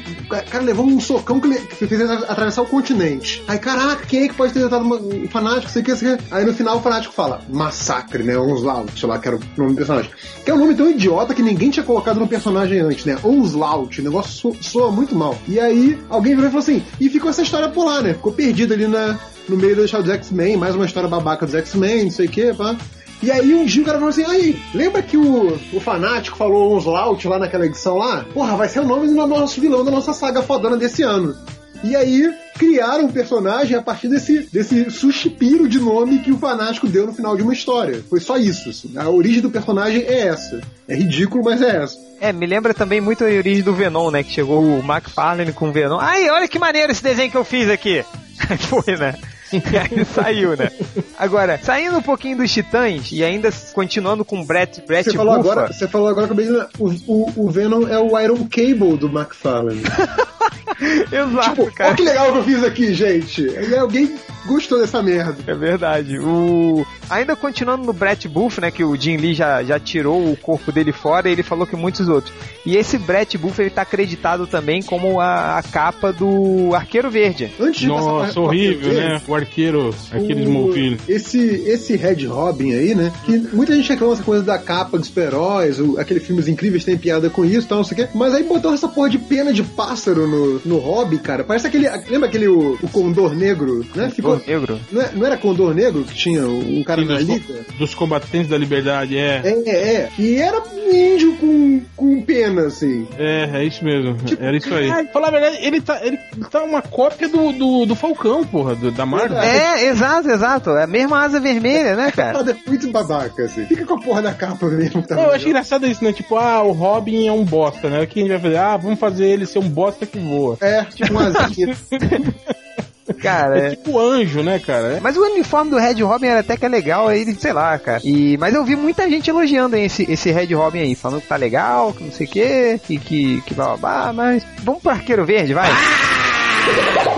E: Cara, levou um socão que, le- que fez ele atravessar o continente. Aí, caraca, quem é que pode ter tentado uma- um fanático, sei o que, sei o que. Aí no final o fanático fala, massacre, né? Onslaught, sei lá, que era o nome do personagem. Que é um nome tão idiota que ninguém tinha colocado no personagem antes, né? Onslaught, o negócio so- soa muito mal. E aí, alguém virou e falou assim, e ficou essa história por lá, né? Ficou perdida ali na no meio da história dos X-Men, mais uma história babaca dos X-Men, não sei o que, pá. E aí um dia o cara falou assim, aí, lembra que o, o fanático falou uns laut lá naquela edição lá? Porra, vai ser o nome do nosso vilão da nossa saga fodona desse ano. E aí criaram um personagem a partir desse, desse sushipiro de nome que o fanático deu no final de uma história. Foi só isso. assim. A origem do personagem é essa. É ridículo, mas é essa.
B: É, me lembra também muito a origem do Venom, né? Que chegou o McFarlane com o Venom. Ai, olha que maneiro esse desenho que eu fiz aqui. Aí Foi, né? E aí saiu, né? Agora, saindo um pouquinho dos Titãs e ainda continuando com Brett, Brett
E: Você falou,
B: Buffa,
E: agora, você falou agora que eu pensei, o, o, o Venom é o Iron Cable do McFarlane.
B: Exato,
E: Tipo,
B: cara.
E: olha que legal que eu fiz aqui, gente. E alguém gostou dessa merda.
B: É verdade. O... Ainda continuando no Brett Buff, né? Que o Jim Lee já, já tirou o corpo dele fora e ele falou que muitos outros. E esse Brett Buff, ele tá acreditado também como a, a capa do Arqueiro Verde.
E: Antes de passar
C: Nossa,
E: pra-
C: horrível,
E: pra-
C: né? O arqueiro, aquele
E: o-
C: Smallville.
E: Esse, esse Red Robin aí, né? Que muita gente reclama essa coisa da capa dos super-heróis, o- aquele filme Os Incríveis tem piada com isso e tal, não sei o quê. Mas aí botou essa porra de pena de pássaro no, no Robin, cara. Parece aquele. Lembra aquele o, o Condor Negro, né? Ficou.
B: Cor negro.
E: Não é- não era Condor Negro que tinha um cara
C: Sim,
E: na
C: dos,
E: lida?
C: dos combatentes da liberdade, é.
E: É, é, é. E era um índio com, com pena, assim.
C: É, é isso mesmo. Era isso aí. Falar a verdade, ele tá, ele tá uma cópia do, do, do Falcão, porra, do- da Marvel.
B: É, exato, exato. É a mesma asa vermelha, né, cara?
E: Ela é muito babaca, assim. Fica com a porra da capa mesmo, tá?
C: Não, eu acho engraçado isso, né? Tipo, ah, o Robin é um bosta, né? O que a gente vai fazer? Ah, vamos fazer ele ser um bosta que voa.
E: É, tipo um asinha.
B: Cara,
C: É,
B: é.
C: tipo anjo, né, cara? É.
B: Mas o uniforme do Red Robin era até que é legal, aí ele, sei lá, cara. E, mas eu vi muita gente elogiando esse, esse Red Robin aí, falando que tá legal, que não sei o quê, e que, que blá blá blá, mas vamos pro Arqueiro Verde, vai.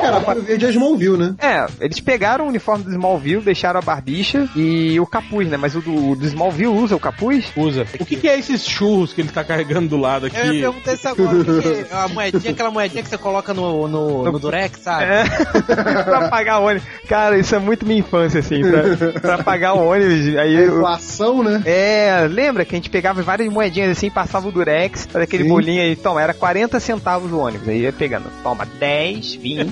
E: Cara, para ver de Smallville, né?
B: É, eles pegaram o uniforme do Smallville, deixaram a barbicha e o capuz, né? Mas o do, o do Smallville usa o capuz?
C: Usa. O que, que é esses churros que ele tá carregando do lado aqui?
G: Eu ia perguntar isso agora, porque
A: é
G: a moedinha, aquela moedinha que você coloca no, no, no Durex, sabe?
B: É. pra pagar ônibus. Cara, isso é muito minha infância, assim. Pra, pra pagar ônibus, aí
E: A
B: eu,
E: inflação, né?
B: É, lembra que a gente pegava várias moedinhas assim, passava o durex, fazia aquele
E: Sim.
B: bolinho aí, toma, era 40 centavos o ônibus, aí ia pegando, toma, 10, 20,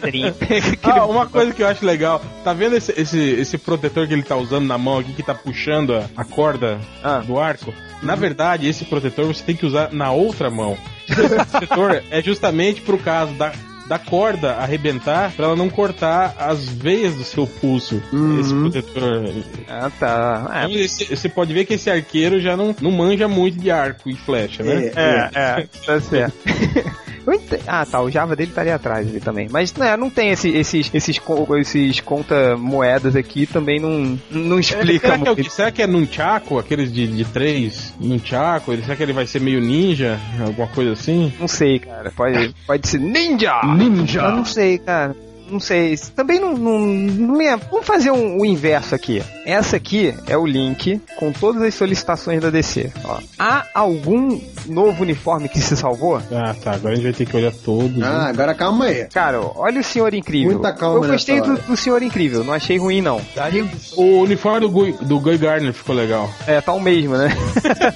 B: 30, aquele
C: Ah, uma coisa que eu acho legal, tá vendo esse, esse, esse protetor que ele tá usando na mão aqui, que tá puxando a, a corda
B: Ah.
C: do arco? Na verdade, esse protetor você tem que usar na outra mão. Esse protetor é justamente pro caso da, da corda arrebentar, pra ela não cortar as veias do seu pulso.
B: Uhum.
C: Esse protetor.
B: Ah, tá.
C: Então, esse- Você pode ver que esse arqueiro já não, não manja muito de arco e flecha, né?
B: É, é, é, tá certo. Eu ente- Ah, tá, o Java dele tá ali atrás ali também. Mas né, não tem esse- esses, esses, co- esses conta-moedas aqui, também não, não explica um
C: será, que é o
B: muito.
C: que, será que é Nunchaku, aqueles de, de três? Nunchaku? Ele, será que ele vai ser meio ninja? Alguma coisa assim?
B: Não sei, cara. Pode, pode ser Ninja!
C: Ninja!
B: Eu não sei, cara. Não sei. Também não. não, não me- Vamos fazer um, o inverso aqui. Essa aqui é o link com todas as solicitações da DC. ó. Há algum novo uniforme que se salvou?
C: Ah, tá. Agora a gente vai ter que olhar todos. né?
E: Ah, agora calma aí.
B: Cara, olha o Senhor Incrível.
E: Muita calma
B: Eu gostei
E: nessa
B: do,
E: hora.
B: do Senhor Incrível, não achei ruim, não.
C: né? O uniforme do Guy, do Guy Gardner ficou legal.
B: É, tá o mesmo, né?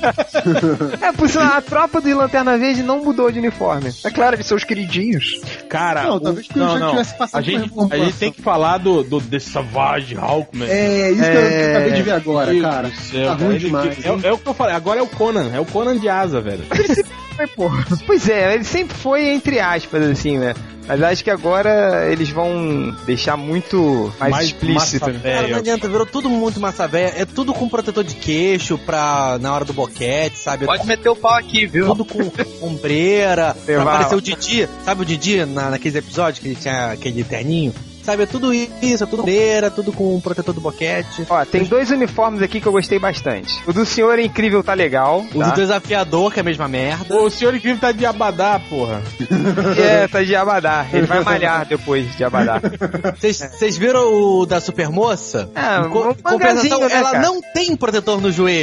B: é, por sinal, a tropa do Lanterna Verde não mudou de uniforme.
D: É claro, eles são os queridinhos.
C: Cara,
E: Não,
C: Ah, o-
E: talvez porque eu já tivesse passado
C: gente, a
E: reformulação.
C: gente tem que falar do, do The Savage Hawkman.
E: É, isso que eu- que eu acabei de ver agora,
C: Meu
E: cara.
C: Deus do céu,
E: tá
C: cara,
E: ruim
C: ele-
E: demais. hein?
C: É, é o que eu falei, agora é o Conan, é o Conan de asa, velho.
B: Pois é, ele sempre foi entre aspas, assim, né? Mas acho que agora eles vão deixar muito mais, explícito.
C: massa
B: né?
A: Cara, não
C: velha.
A: adianta, virou tudo muito massa véia. É tudo com protetor de queixo pra na hora do boquete, sabe? É
J: Pode meter o pau aqui, viu?
A: Tudo com ombreira. pra
B: Levar-
A: aparecer o Didi. Sabe o Didi na, naqueles episódios que ele tinha aquele terninho? Sabe, é tudo isso, é tudo ombreira, tudo com protetor do boquete.
B: Ó, tem dois uniformes aqui que eu gostei bastante. O do senhor é incrível, tá legal.
A: O
B: tá?
A: do desafiador, que é a mesma merda.
C: Ô, o senhor incrível tá de abadá, porra.
B: É, tá de Abadá. Ele vai malhar depois de Abadá.
A: Vocês vocês viram o da supermoça?
B: É,
A: Em co-
B: um
A: em compensação,
B: mangazinho, né,
A: ela
B: cara?
A: não tem protetor no joelho.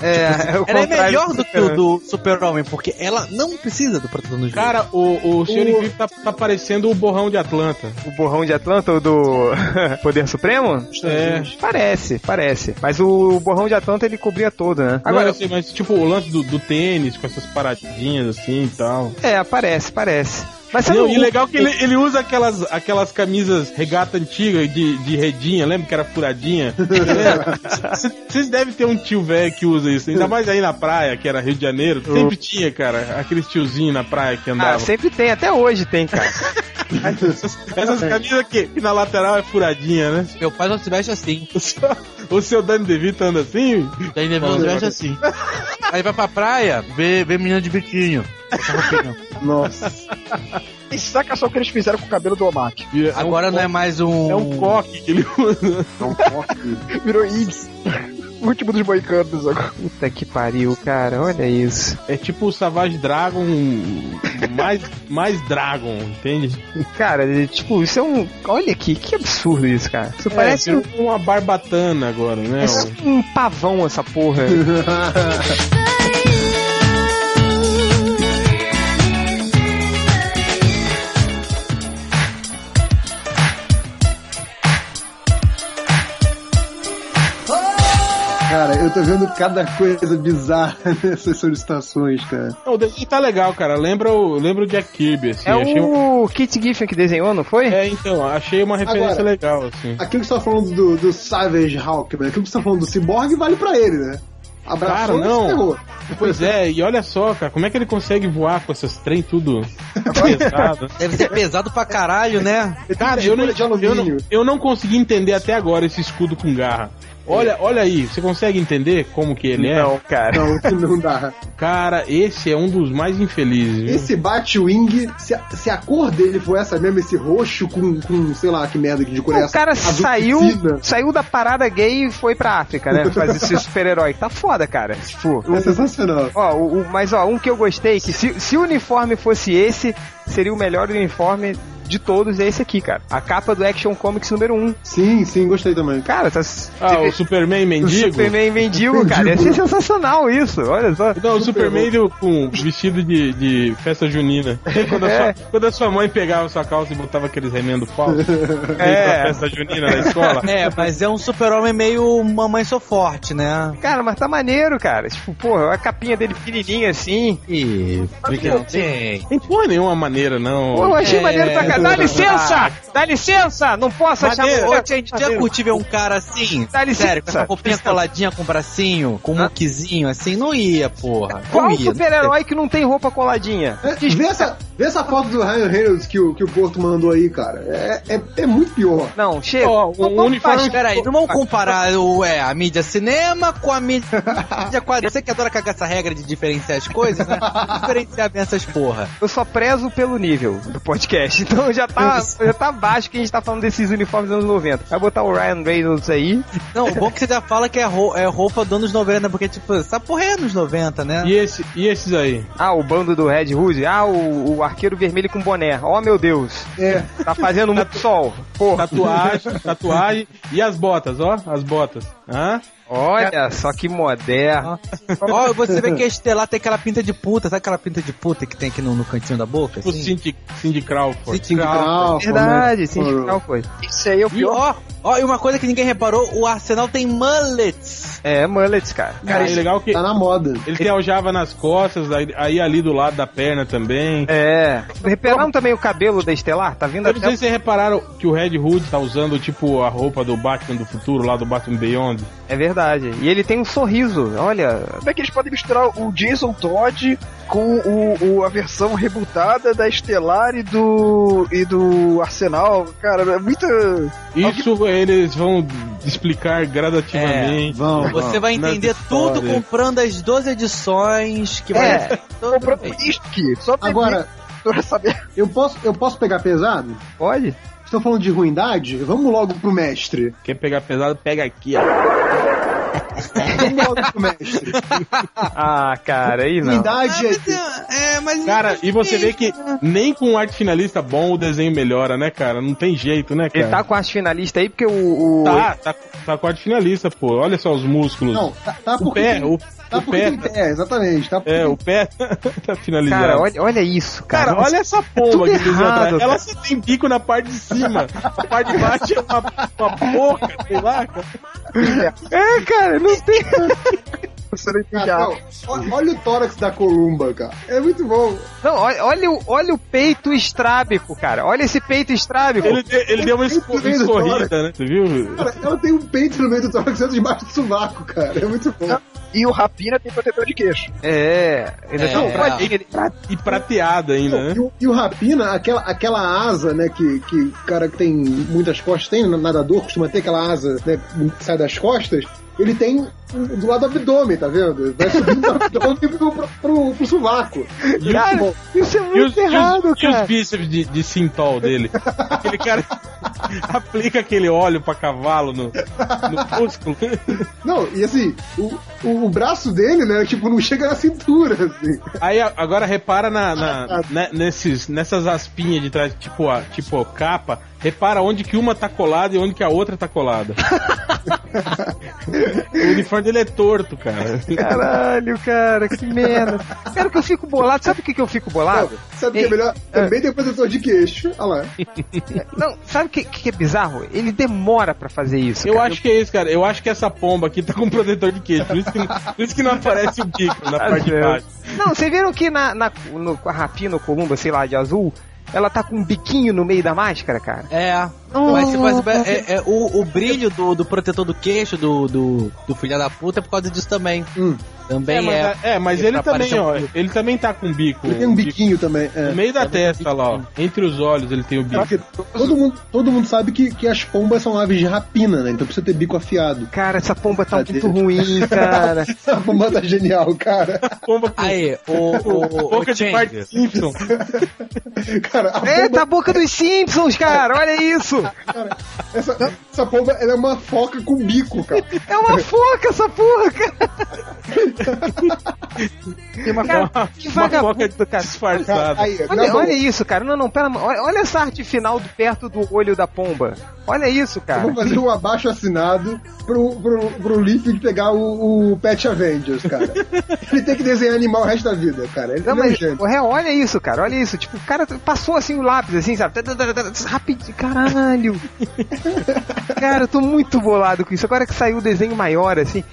B: É, é o
A: Ela é
B: contrário
A: melhor do que o
B: Superman.
A: do super-homem, porque ela não precisa do protetor no joelho.
C: Cara, o, o senhor incrível tá, tá parecendo o borrão de Atlanta.
B: O borrão de Atlanta, o do Poder Supremo?
C: É.
B: Parece, parece. Mas o borrão de Atlanta ele cobria todo, né?
C: Agora,
B: Agora,
C: eu sei, mas tipo, o lance do, do tênis, com essas paradinhas assim e tal.
B: é, parece, parece. Mas sabe
C: Não,
B: o-
C: e legal que ele, ele usa aquelas, aquelas camisas regata antiga de, de redinha, lembra que era furadinha? Vocês devem ter um tio velho que usa isso, ainda mais aí na praia, que era Rio de Janeiro. Sempre tinha, cara, aqueles tiozinhos na praia que
B: Ah,
C: andavam.
B: sempre tem, até hoje tem, cara.
C: Essas
B: assim.
C: camisas que, que na lateral é furadinha, né?
A: Meu pai não se mexe assim.
C: O seu, o seu Dani DeVito anda assim?
A: Daí meu não se mexe assim. Aí vai pra praia, vê, vê menina de biquinho.
E: Nossa.
D: E saca só o que eles fizeram com o cabelo do Omak.
C: E é um
A: Agora não é
C: co-
A: mais um.
C: É um coque que ele usa.
D: Virou índice. O último dos boicanos agora.
B: Puta que pariu, cara, olha isso.
C: É tipo o Savage Dragon mais, mais Dragon, entende?
B: Cara, é, tipo, isso é um. Olha aqui, que absurdo isso, cara. Isso
C: É,
B: parece um,
C: virou uma barbatana agora, né?
B: parece um pavão essa porra.
E: Cara, eu tô vendo cada coisa bizarra nessas solicitações, cara.
C: Não, o desenho tá legal, cara. Lembra o, lembra o Jack Kirby, assim.
B: é
C: achei um-
B: o Kit Giffen que desenhou, não foi?
C: é, então, achei uma referência
E: Agora.
C: legal, assim.
E: Aquilo que você tá falando do, do Savage Hawkman, aquilo que você tá falando do Cyborg vale pra ele, né? Abraçou
C: Cara,
E: e
C: não.
E: se ferrou.
C: Pois é, e olha só, cara, como é que ele consegue voar com esses trem tudo pesado?
A: Deve ser pesado pra caralho, né?
C: Cara, eu não,
E: de
C: eu, não,
E: alumínio.
C: eu não consegui entender até agora esse escudo com garra. Olha, olha aí, você consegue entender como que ele é?
B: Não, cara.
E: Não, que não dá.
C: Cara, esse é um dos mais infelizes. viu?
E: Esse Batwing, se a, se a cor dele for essa mesmo, esse roxo com, com sei lá, que merda que de cor é
B: O
E: essa,
B: cara
E: azul
B: saiu,
E: piscina.
B: saiu da parada gay e foi pra África, né? Fazer esse super-herói. Tá foda, cara. Tipo,
E: É sensacional.
B: Ó, o, o- mas ó, um que eu gostei, que se, se o uniforme fosse esse, seria o melhor uniforme de todos, é esse aqui, cara. A capa do Action Comics número 1.
E: Sim, sim, gostei também.
B: Cara, tá. se-
C: Ah, o Superman
B: o
C: mendigo?
B: Superman mendigo, cara. Ia ser sensacional isso, olha só.
C: Não, o Superman do- com um vestido de, de festa junina. Quando, a
B: É.
C: sua, quando a sua mãe pegava sua calça e botava aqueles remendo falso pra
B: É.
C: festa junina na escola.
A: É, mas é um super-homem meio mamãe sou forte, né?
B: Cara, mas tá maneiro, cara. Tipo, porra, a capinha dele pequenininha assim.
A: E. Tem.
C: Não foi nenhuma maneira, não.
B: Pô, eu achei
A: É.
B: maneiro pra caralho. Dá licença! Dá licença! Não posso achar
A: Ô,
B: você.
A: gente, já curtiu ver um cara assim?
B: Dá licença.
A: Sério, com essa roupinha coladinha com o bracinho, com um muquezinho assim, não ia, porra. Não
B: Qual
A: ia.
B: super-herói que não tem roupa coladinha?
E: É, vê, essa, vê essa foto do Ryan Reynolds que o, que o Porto mandou aí, cara. É, é, é muito pior.
B: Não, chega.
C: Ó, o
B: Não vamos
C: uniforme-
B: baixar-
A: Peraí, não vamos comparar o, é, a mídia cinema com a mídia quadrinho. Você que adora cagar essa regra de diferenciar as coisas, né? Diferenciar bem essas porra.
B: Eu só prezo pelo nível do podcast. Então já tá, já tá baixo que a gente tá falando desses uniformes dos anos 90. Vai botar o Ryan Reynolds aí.
A: Não, o bom que você já fala que é, rou- é roupa dos anos 90, né? porque, tipo, essa porra é anos 90, né?
C: E, esse, e esses aí?
B: Ah, o bando do Red Hood. Ah, o, o arqueiro vermelho com boné. Oh, meu Deus.
E: É.
B: Tá fazendo muito sol. Porra.
C: Tatuagem, tatuagem e as botas, ó, as botas. Hã?
B: Olha só que moderno.
A: Ó, você vê que a Estelar tem aquela pinta de puta, sabe aquela pinta de puta que tem aqui no, no cantinho da boca?
C: Tipo
A: Assim?
C: Cindy, Cindy Crawford.
E: Sim, Crawford,
B: Verdade,
E: né?
B: sim,
E: Crawford.
B: foi.
D: Isso aí é o
A: E
D: pior.
A: ó, ó, e uma coisa que ninguém reparou, o Arsenal tem mullets.
B: É, mullet, cara.
C: Cara, é legal que
E: Tá na moda.
C: ele tem aljava nas costas, aí, aí ali do lado da perna também.
B: É. Repararam também o cabelo da Estelar? Tá vindo
C: Eu não
B: até.
C: sei se vocês repararam que o Red Hood tá usando, tipo, a roupa do Batman do futuro, lá do Batman Beyond.
B: É verdade. E ele tem um sorriso, olha.
D: Como é que eles podem misturar o Jason Todd com o, o- a versão rebootada da Estelar e do, e do Arsenal? Cara, é muita.
C: Isso eles vão explicar gradativamente.
E: Vão.
A: Você vai
C: Nada
A: entender
C: história.
A: tudo comprando as 12 edições que vai.
B: É,
A: todo
D: Comprando
A: mês.
D: isso aqui. Só tem
E: Agora,
D: pra saber.
E: eu posso, eu posso pegar pesado?
B: pode?
E: Estão falando de ruindade? Vamos logo pro mestre.
C: É. Quer pegar pesado, pega aqui, ó.
E: Vamos logo pro mestre.
B: Ah, cara, aí não.
E: Ruindade é.
A: É, mas.
C: Cara, e você vê que nem com um arte finalista bom o desenho melhora, né, cara? Não tem jeito, né, cara?
B: Ele tá com as finalistas aí porque o. o-
C: Tá, tá, tá com arte finalista, pô. Olha só os músculos.
E: Não, tá, tá
C: o
E: porque.
C: pé,
E: tem-
C: o,
E: tá
C: o
E: porque
C: pé.
E: tem pé, exatamente. Tá porque
C: É,
E: tem
C: o pé tá finalizado.
B: Cara, olha, olha isso, cara.
C: Cara, olha essa pomba
B: tudo
C: que fez
B: errado,
C: atrás.
B: cara.
C: Ela só tem bico na parte de cima. A parte de baixo é uma, uma boca, sei lá. cara.
B: É, cara, não tem.
D: Você não entende
E: Cara,
D: nada.
E: não, tá? ó- olha o tórax da Columba, cara. É muito bom.
B: Não, olha, olha, o, olha o peito estrábico, cara. Olha esse peito estrábico.
C: Ele, deu- ele deu uma esco-
E: Muito bem,
C: escorrida, né? Você viu?
E: Cara, ela tem um peito no meio do tórax dentro debaixo do sovaco, cara. É muito bom.
D: E o Rapina tem protetor de queixo.
B: É, ele é,
A: É,
B: tão
A: é.
B: todinho, ele-
C: E prateada ainda, né?
E: E o, e o Rapina, aquela, aquela asa, né, que, que o cara que tem muitas costas tem, nadador costuma ter aquela asa, né, que sai das costas, ele tem um, do lado do abdômen, tá vendo? Vai subindo do abdômen pro, pro, pro, pro sovaco.
C: E,
B: Cara,
C: o-
B: Isso é
C: e os,
B: muito
C: e os-
B: errado,
C: e os
B: cara.
C: bíceps de, de Sintol dele? Aquele cara aplica aquele óleo pra cavalo no, no músculo.
E: Não, e assim, o, o, o braço dele, né, tipo, não chega na cintura, assim.
C: Aí a- agora repara na, na- né, nesses, nessas aspinhas de trás, tipo a tipo capa. Repara onde que uma tá colada e onde que a outra tá colada. o uniforme dele é torto, cara.
B: Caralho, cara, que merda. Cara, que eu fico bolado. Sabe o que, que eu fico
E: Não,
B: bolado?
E: sabe o que é
B: Ei,
E: melhor? Também tem protetor de queixo. Olha lá.
B: Não, sabe o que, que é bizarro? Ele demora pra fazer isso.
C: Eu
B: cara.
C: acho que é isso, cara. Eu acho que essa pomba aqui tá com protetor de queijo. Por isso que, por isso que não aparece o bico na parte de baixo.
B: Não, vocês viram que na, na no, com a rapina ou columba, sei lá, de azul, ela tá com um biquinho no meio da máscara, cara.
A: É. Mas, mas, mas, é, é, o, o brilho do, do protetor do queixo do, do, do filho da puta é por causa disso também.
E: Hum.
C: É,
A: Também
C: mas,
A: é.
C: é, mas
A: Ele
C: ele
A: tá
C: também, ó.
A: parecendo
C: Ele também tá com bico.
E: Ele tem um biquinho também.
C: No
E: É.
C: meio da testa lá, ó. Entre os olhos ele tem o bico.
E: Porque todo mundo, todo mundo sabe que, que as pombas são aves de rapina, né? Então precisa ter bico afiado.
B: Cara, essa pomba tá
E: Cadê?
B: muito ruim, cara.
E: A pomba tá genial, cara.
C: Pomba com
A: Aí, o. o, o,
C: boca de
A: Change.
C: parte Simpson.
E: Cara, a
B: É,
E: pomba,
B: tá a boca dos Simpsons, cara, olha isso. tá.
E: essa, essa pomba ela é uma foca com bico, cara.
B: É uma foca essa porra, cara.
C: Tem uma,
B: Cara,
C: uma,
B: que
C: uma
B: vagabundo,
C: boca
B: cara.
C: disfarçada.
E: Aí, na
B: Olha,
E: boa,
B: olha isso, cara. Não, não, pera, olha, olha essa arte final do, perto do olho da pomba. Olha isso,
E: eu
B: cara.
E: vou fazer um abaixo assinado pro, pro, pro Leaf pegar o, o Pet Avengers, cara. Ele tem que desenhar animal o resto da vida, cara. Ele
B: Não,
E: não é
B: mas,
E: gente.
B: é, olha isso, cara, olha isso. Tipo, o cara passou assim o lápis, assim, sabe? Tá, tá, tá, tá, tá, Rapidinho, caralho. Cara, eu tô muito bolado com isso. Agora que saiu o desenho maior, assim.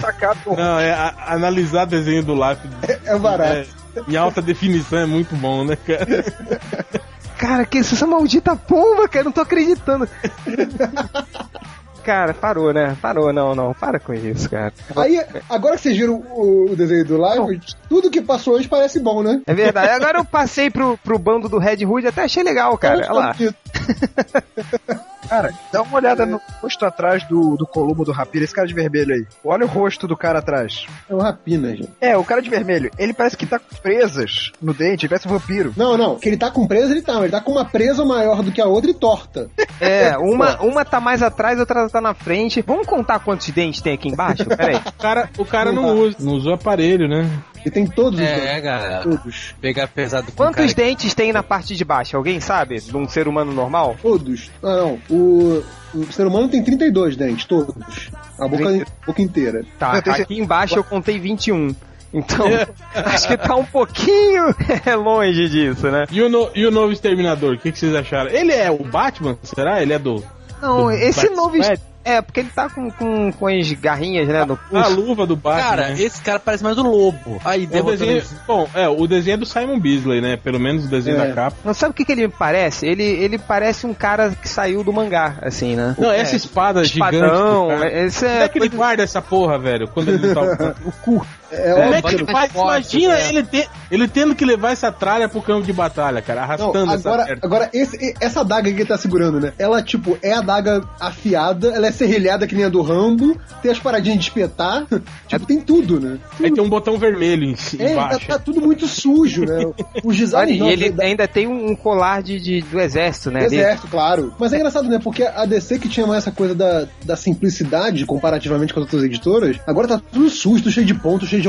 D: Sacado.
C: Não, é a- analisar desenho do lápis
E: É barato.
C: é, em alta definição é muito bom, né, cara?
B: Cara, que isso, essa maldita pomba, cara, eu não tô acreditando. Cara, parou, né? Parou, não, não. Para com isso, cara.
E: Aí, agora que vocês viram o, o desenho do live, tudo que passou antes parece bom, né?
B: É verdade. Agora eu passei pro, pro bando do Red Hood, até achei legal, cara. Olha lá.
D: Cara, dá
C: É.
D: uma olhada no rosto atrás do, do Columbo do Rapina, esse cara de vermelho aí. Olha o rosto do cara atrás.
E: É um rapina, gente.
D: É, o cara de vermelho, ele parece que tá com presas no dente, ele parece um vampiro.
E: Não, não. Que ele tá com presa, ele tá. Mas ele tá com uma presa maior do que a outra e torta.
B: É, uma, uma tá mais atrás, outra tá na frente. Vamos contar quantos dentes tem aqui embaixo? Peraí.
C: O cara, o cara não usa, não usa o aparelho, né?
E: E tem todos os
A: É,
E: dois.
A: galera.
E: Todos.
A: Pegar pesado com
B: Quantos
A: cara.
B: dentes tem na parte de baixo? Alguém sabe? De um ser humano normal?
E: Todos. Ah, não. O, o ser humano tem 32 dentes, todos. A boca, a boca inteira.
B: Tá,
D: Eu tenho
B: aqui embaixo eu contei 21. Então, acho que tá um pouquinho longe disso, né?
C: E o, no- e o novo Exterminador, o que, que vocês acharam? Ele é o Batman? Será? Ele é do.
B: Não,
C: Do
B: esse
C: Bat
B: novo.
C: Squad?
B: est- É, porque ele tá com, com, com as garrinhas, né, no
C: A
B: pulso.
C: luva do Batman.
A: Cara,
C: né?
A: esse cara parece mais o lobo. Aí,
C: O
A: derrotando
C: desenho,
A: ele.
C: bom, é, o desenho é do Simon Beasley, né? Pelo menos o desenho
E: É.
C: da capa.
B: Não sabe o que, que ele me parece? Ele, ele parece um cara que saiu do mangá, assim, né?
C: Não, essa
E: é
C: espada
B: Espadão,
C: gigante.
B: é- esse
C: Como
B: é...
C: é que ele guarda essa porra, velho? Quando ele tá o cu.
E: É,
C: Como é
E: óbvio.
C: que ele
G: bota
C: faz?
G: mais forte,
C: Imagina
E: né?
G: é.
C: ele, ter, ele tendo que levar essa tralha pro campo de batalha, cara,
E: Não,
C: arrastando essa
E: agora,
C: merda.
E: agora esse- e- essa adaga que ele tá segurando, né? Ela, tipo, é a adaga afiada, ela é serrilhada que nem a do Rambo, tem as paradinhas de espetar, tipo, tem tudo, né?
C: Aí tem um botão vermelho em,
E: É, tá,
C: embaixo.
E: tá tudo muito sujo, né? O
B: Olha,
E: design
B: e ele ainda tem um um colar de, de- do exército, né? ali.
E: Deserto, claro. Mas é engraçado, né? Porque a DC que tinha mais essa coisa da, da simplicidade comparativamente com as outras editoras, agora tá tudo sujo, tudo cheio de ponto, cheio de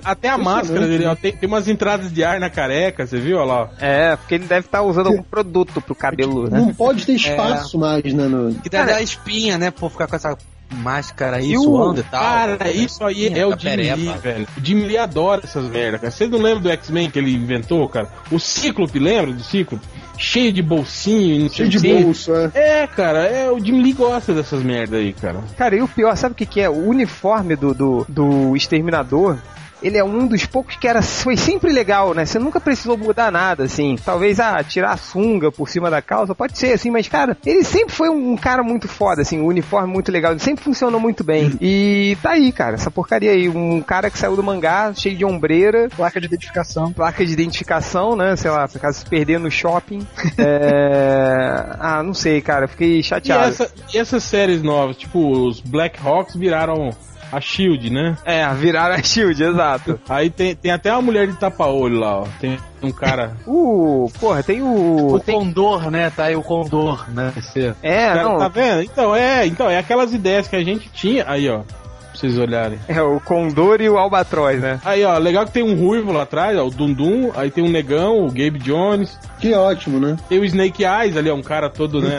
C: Cara, até a máscara
E: né?
C: dele, ó, tem, tem umas entradas de ar na careca, você viu? Olha lá. ó.
B: É, porque ele deve estar usando algum produto pro cabelo, né?
E: Não pode ter
C: É.
E: espaço mais, né? no-
A: Que deve
B: Cara,
A: dar espinha, né? Por ficar com essa máscara aí
C: E o-
A: suando e tal.
C: Cara, isso aí é o Jim
A: Pereba.
C: Lee, velho. O Jim Lee adora essas merdas, cara. Você não lembra do X-Men que ele inventou, cara? O Cíclope, lembra do Cíclope? Cheio de bolsinho, e não sei
E: Cheio de
C: o quê.
E: bolso, é.
C: É, cara, é, o Jim Lee gosta dessas merdas aí, cara.
B: Cara, e o pior, sabe o que, que é? O uniforme do, do, do Exterminador. Ele é um dos poucos que era, foi sempre legal, né? Você nunca precisou mudar nada, assim. Talvez, ah, tirar a sunga por cima da calça, pode ser, assim, mas, cara, ele sempre foi um, um cara muito foda, assim, um uniforme muito legal, ele sempre funcionou muito bem. E tá aí, cara, essa porcaria aí. Um cara que saiu do mangá, cheio de ombreira,
D: Placa de identificação.
B: placa de identificação, né? Sei lá, por acaso se perder no shopping. É... Ah, não sei, cara, fiquei
C: E,
B: chateado.
C: essa- e essas séries novas, tipo, os Black Hawks viraram a Shield, né?
B: É, viraram a Shield, exato.
C: Aí tem, tem até uma mulher de tapa-olho lá, ó. Tem um cara.
B: O. Porra, tem o.
G: O
B: Tem...
G: Condor, né? Tá aí o Condor, né? Esse-
B: É,
C: cara,
B: não.
C: Tá vendo? Então, é, então, é aquelas ideias que a gente tinha. Aí, ó. Pra vocês olharem.
B: É o Condor e o Albatroz, né?
C: Aí, ó, legal que tem um ruivo lá atrás, ó, o Dundum, aí tem um negão, o Gabe Jones,
E: Que ótimo, né?
C: tem o Snake Eyes ali, ó, um cara todo, né,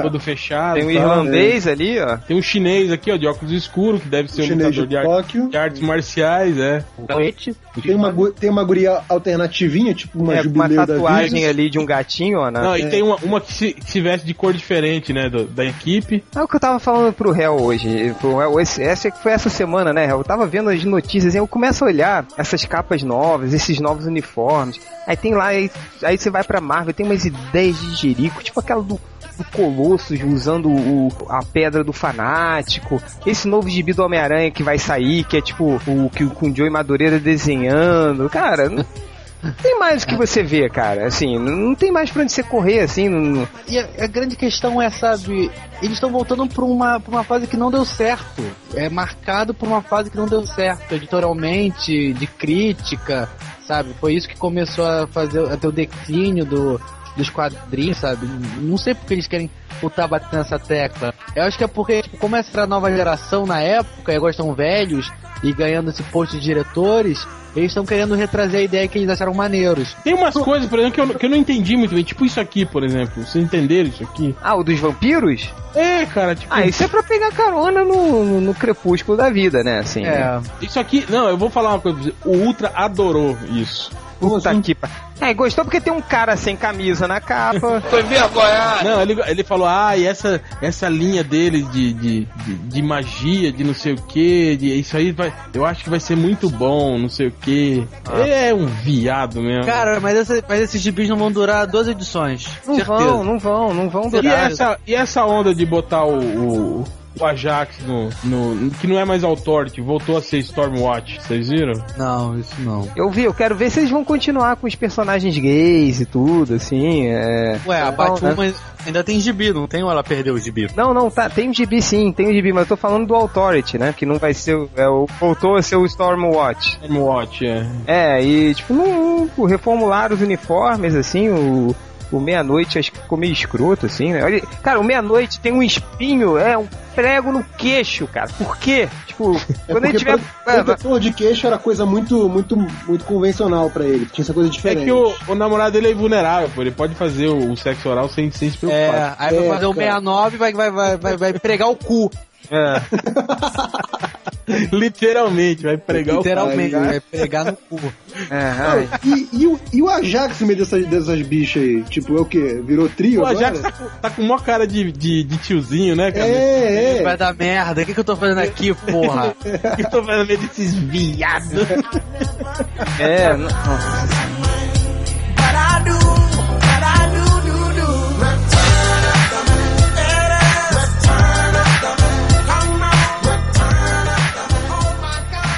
C: todo fechado.
B: Tem um o
C: tá?
B: irlandês ali, ó.
C: Tem um chinês aqui, ó, de óculos escuros, que deve ser um
E: Chinês
C: lutador
E: de
C: de, ar-
E: Tóquio.
C: de artes marciais, é.
E: Tem uma, gu- tem uma guria alternativinha, tipo uma
B: É, com uma
E: jubileu da
B: tatuagem
E: vida.
B: ali de um gatinho, ó. Né?
C: Não, e tem uma, uma que, se, que se veste de cor diferente, né, do- da equipe.
B: É o que eu tava falando pro réu hoje. Pro réu, esse, essa é que foi essa semana, né, réu? Eu tava vendo as notícias e eu começo a olhar essas capas novas, esses novos uniformes. Aí tem lá, aí, aí você vai pra Marvel, tem umas ideias de jerico, tipo aquela do, do Colossus usando o, a pedra do fanático. Esse novo gibi do Homem-Aranha que vai sair, que é tipo o que com o Joey Madureira desenhando. Cara, não não tem mais o que você vê, cara. Assim, não, não tem mais pra onde você correr, assim. não-
G: E a, a grande questão é, sabe, eles estão voltando para uma, pra uma fase que não deu certo. É marcado por uma fase que não deu certo, editorialmente, de crítica, sabe? Foi isso que começou a fazer a ter o declínio do, dos quadrinhos, sabe? Não sei porque eles querem voltar batendo essa tecla. Eu acho que é porque, tipo, como essa era a nova geração na época, e agora estão velhos e ganhando esse posto de diretores, eles estão querendo retrazer a ideia que eles acharam maneiros.
C: Tem umas coisas, por exemplo, que eu, não- que eu não entendi muito bem, tipo isso aqui, por exemplo, vocês entenderam isso aqui?
B: Ah, o dos vampiros?
C: É, cara, tipo...
B: Ah, isso é pra pegar carona no, no, no crepúsculo da vida, né? Assim,
G: É.
C: Isso aqui, não, eu vou falar uma coisa pra você. O Ultra adorou isso.
B: puta que pa... É, gostou porque tem um cara sem camisa na capa.
C: Não, ele, ele falou, ah, e essa, essa linha dele de, de, de, de magia, de não sei o que, de, isso aí vai, eu acho que vai ser muito bom, não sei o que. Ele é um viado mesmo.
A: Cara, mas, essa- mas esses gibis não vão durar duas edições.
B: Não
A: certeza.
B: vão, não vão, não vão
C: e,
B: durar.
C: essa, e essa onda de botar o, o, o Ajax no, no- que não é mais Authority, voltou a ser Stormwatch, vocês viram?
A: Não, isso não.
B: Eu vi, eu quero ver se eles vão continuar com os personagens gays e tudo, assim. É...
A: Ué, a
B: Não,
A: Batwoman ainda tem gibi, não tem ou ela perdeu o gibi?
B: Não, não, tá, tem o gibi sim, tem o gibi, mas eu tô falando do Authority, né? Que não vai ser. o- É, o- voltou a ser o Stormwatch.
C: Stormwatch, é.
B: É, e tipo, não, não, reformularam os uniformes, assim, o, o meia-noite acho que ficou meio escroto, assim, né? Olha, cara, o meia-noite tem um espinho, é um prego no queixo, cara. Por quê? Tipo, quando ele
E: porque
B: tiver.
E: pra- O protetor de queixo era coisa muito, muito, muito convencional pra ele. Tinha essa coisa
C: É
E: diferente.
C: que o, o namorado dele é vulnerável, pô, ele pode fazer o, o sexo oral sem, sem se
A: É,
C: preocupar.
A: aí vai
E: É,
A: fazer o
E: cara.
A: 69 e vai, vai, vai, vai, vai pregar o cu.
B: É.
C: Literalmente, vai pregar
A: Literalmente,
C: o
A: vai pegar no cu.
B: É, ai.
E: E, e o- e o Ajax no meio dessas, dessas bichas aí? Tipo, é o quê? Virou trio
C: O
E: agora?
C: Ajax tá com, tá com mó cara de, de, de tiozinho, né, cara?
E: É, é.
A: Vai dar merda, o que, que eu tô fazendo aqui, porra?
C: O que eu tô fazendo meio desses viados?
B: é, não-
F: But I do, but I do, do, do. Return of the man. It is. Return of the man. Come on. Return of the man. Oh my God.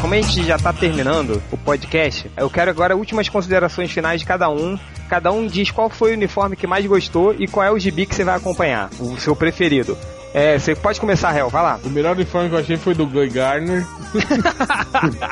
B: como a gente já tá terminando o podcast, eu quero agora últimas considerações finais de cada um. Cada um diz qual foi o uniforme que mais gostou e qual é o gibi que você vai acompanhar, o seu preferido. É, você pode começar, Hel, vai lá.
C: O melhor uniforme que eu achei foi do Guy Garner.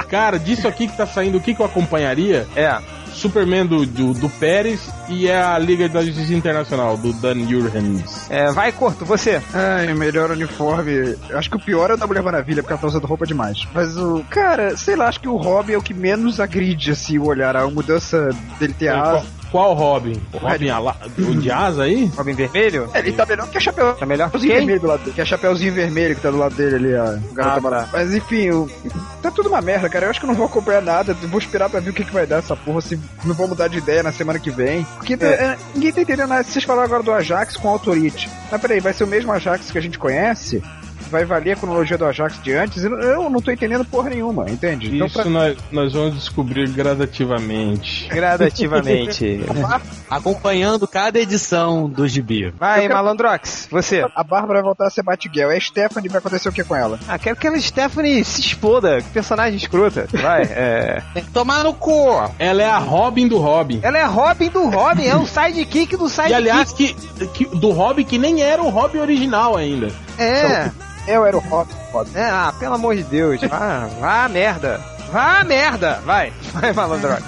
C: cara, disso aqui que tá saindo, o que, que eu acompanharia?
B: É,
C: Superman do, do, do Pérez e é a Liga da Justiça Internacional, do Dan Jurgens.
B: é, vai, Corto, você.
D: Ai, melhor uniforme. Eu Acho que o pior é o da Mulher Maravilha, porque ela tá usando roupa demais. Mas o. Cara, sei lá, acho que o Robin é o que menos agride, assim, o olhar. A mudança dele
G: É,
D: ter
C: Qual,
D: asa.
C: qual Robin? O Robin ala, o de asa aí?
B: Robin Vermelho?
D: É, Ele tá melhor que a Chapeu.
B: Tá melhor que
D: Chapeuzinho
B: quem?
D: vermelho do lado dele. Que é a Chapeuzinho vermelho que tá do lado dele ali, a garota
B: Ah,
D: barata. Mas enfim, o- tá tudo uma merda, cara. Eu acho que eu não vou acompanhar nada. Eu Vou esperar pra ver o que, que vai dar essa porra. Se não vou mudar de ideia na semana que vem. Porque tá- é, ninguém tá entendendo nada. Vocês falaram agora do Ajax com o Autorite. Mas peraí, vai ser o mesmo Ajax que a gente conhece? Vai valer a cronologia do Ajax de antes? Eu- Eu não tô entendendo porra nenhuma, entende? Então,
C: Isso
D: pra...
C: nós, nós vamos descobrir gradativamente.
B: Gradativamente.
A: Acompanhando cada edição do gibi.
B: Vai, Malandrox, você.
D: A Bárbara vai voltar a ser Batgirl. É a Stephanie, vai acontecer o que com ela?
B: Ah, quero que a Stephanie se exploda, que personagem escrota. Vai, é.
A: Tem que tomar no cu!
C: Ela é a Robin do Robin.
B: Ela é Robin do Robin, é o sidekick do sidekick.
C: E aliás, que, que- do Robin que nem era o Robin original ainda.
B: é.
D: Eu era o Robin, foda.
B: É, ah, pelo amor de Deus. Vá, vá à merda. Vá à merda. Vai, vai, malandrox.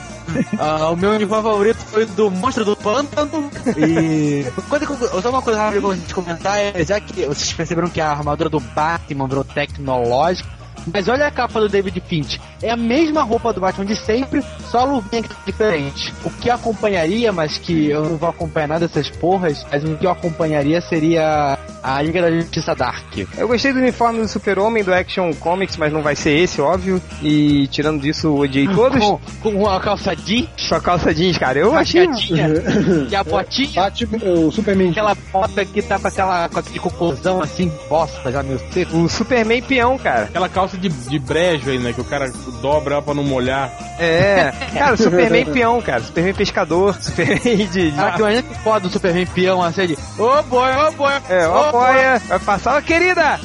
A: Ah, o meu uniforme favorito foi do Monstro do Pântano. E. Quando, eu- só uma coisa rápida pra gente comentar é: já que vocês perceberam que a armadura do Batman virou tecnológica. Mas olha a capa do David Finch. É a mesma roupa do Batman de sempre, só a luvinha que é diferente. O que eu acompanharia, mas que eu não vou acompanhar nada dessas porras, mas o que eu acompanharia seria a Liga da Justiça Dark.
B: Eu gostei do uniforme do Super-Homem, do Action Comics, mas não vai ser esse, óbvio. E tirando disso, odiei todos.
A: Com, com uma calça jeans,
B: Sua calça jeans, cara. Eu achei.
A: fachadinha, e a botinha
E: Batman, o Superman.
A: aquela bota que tá com aquela com aquele cocôzão assim, bosta já meu seco.
B: O Superman peão, cara.
C: Aquela calça de, de brejo aí, né? Que o cara dobra ela pra não molhar.
B: É. Cara, o Superman peão, cara. Superman é pescador. Superman de. de...
A: Cara, que olha que foda o Superman peão assim de. Ô boi, ô boi!
B: É, ó, boia. Vai passar, ó, querida.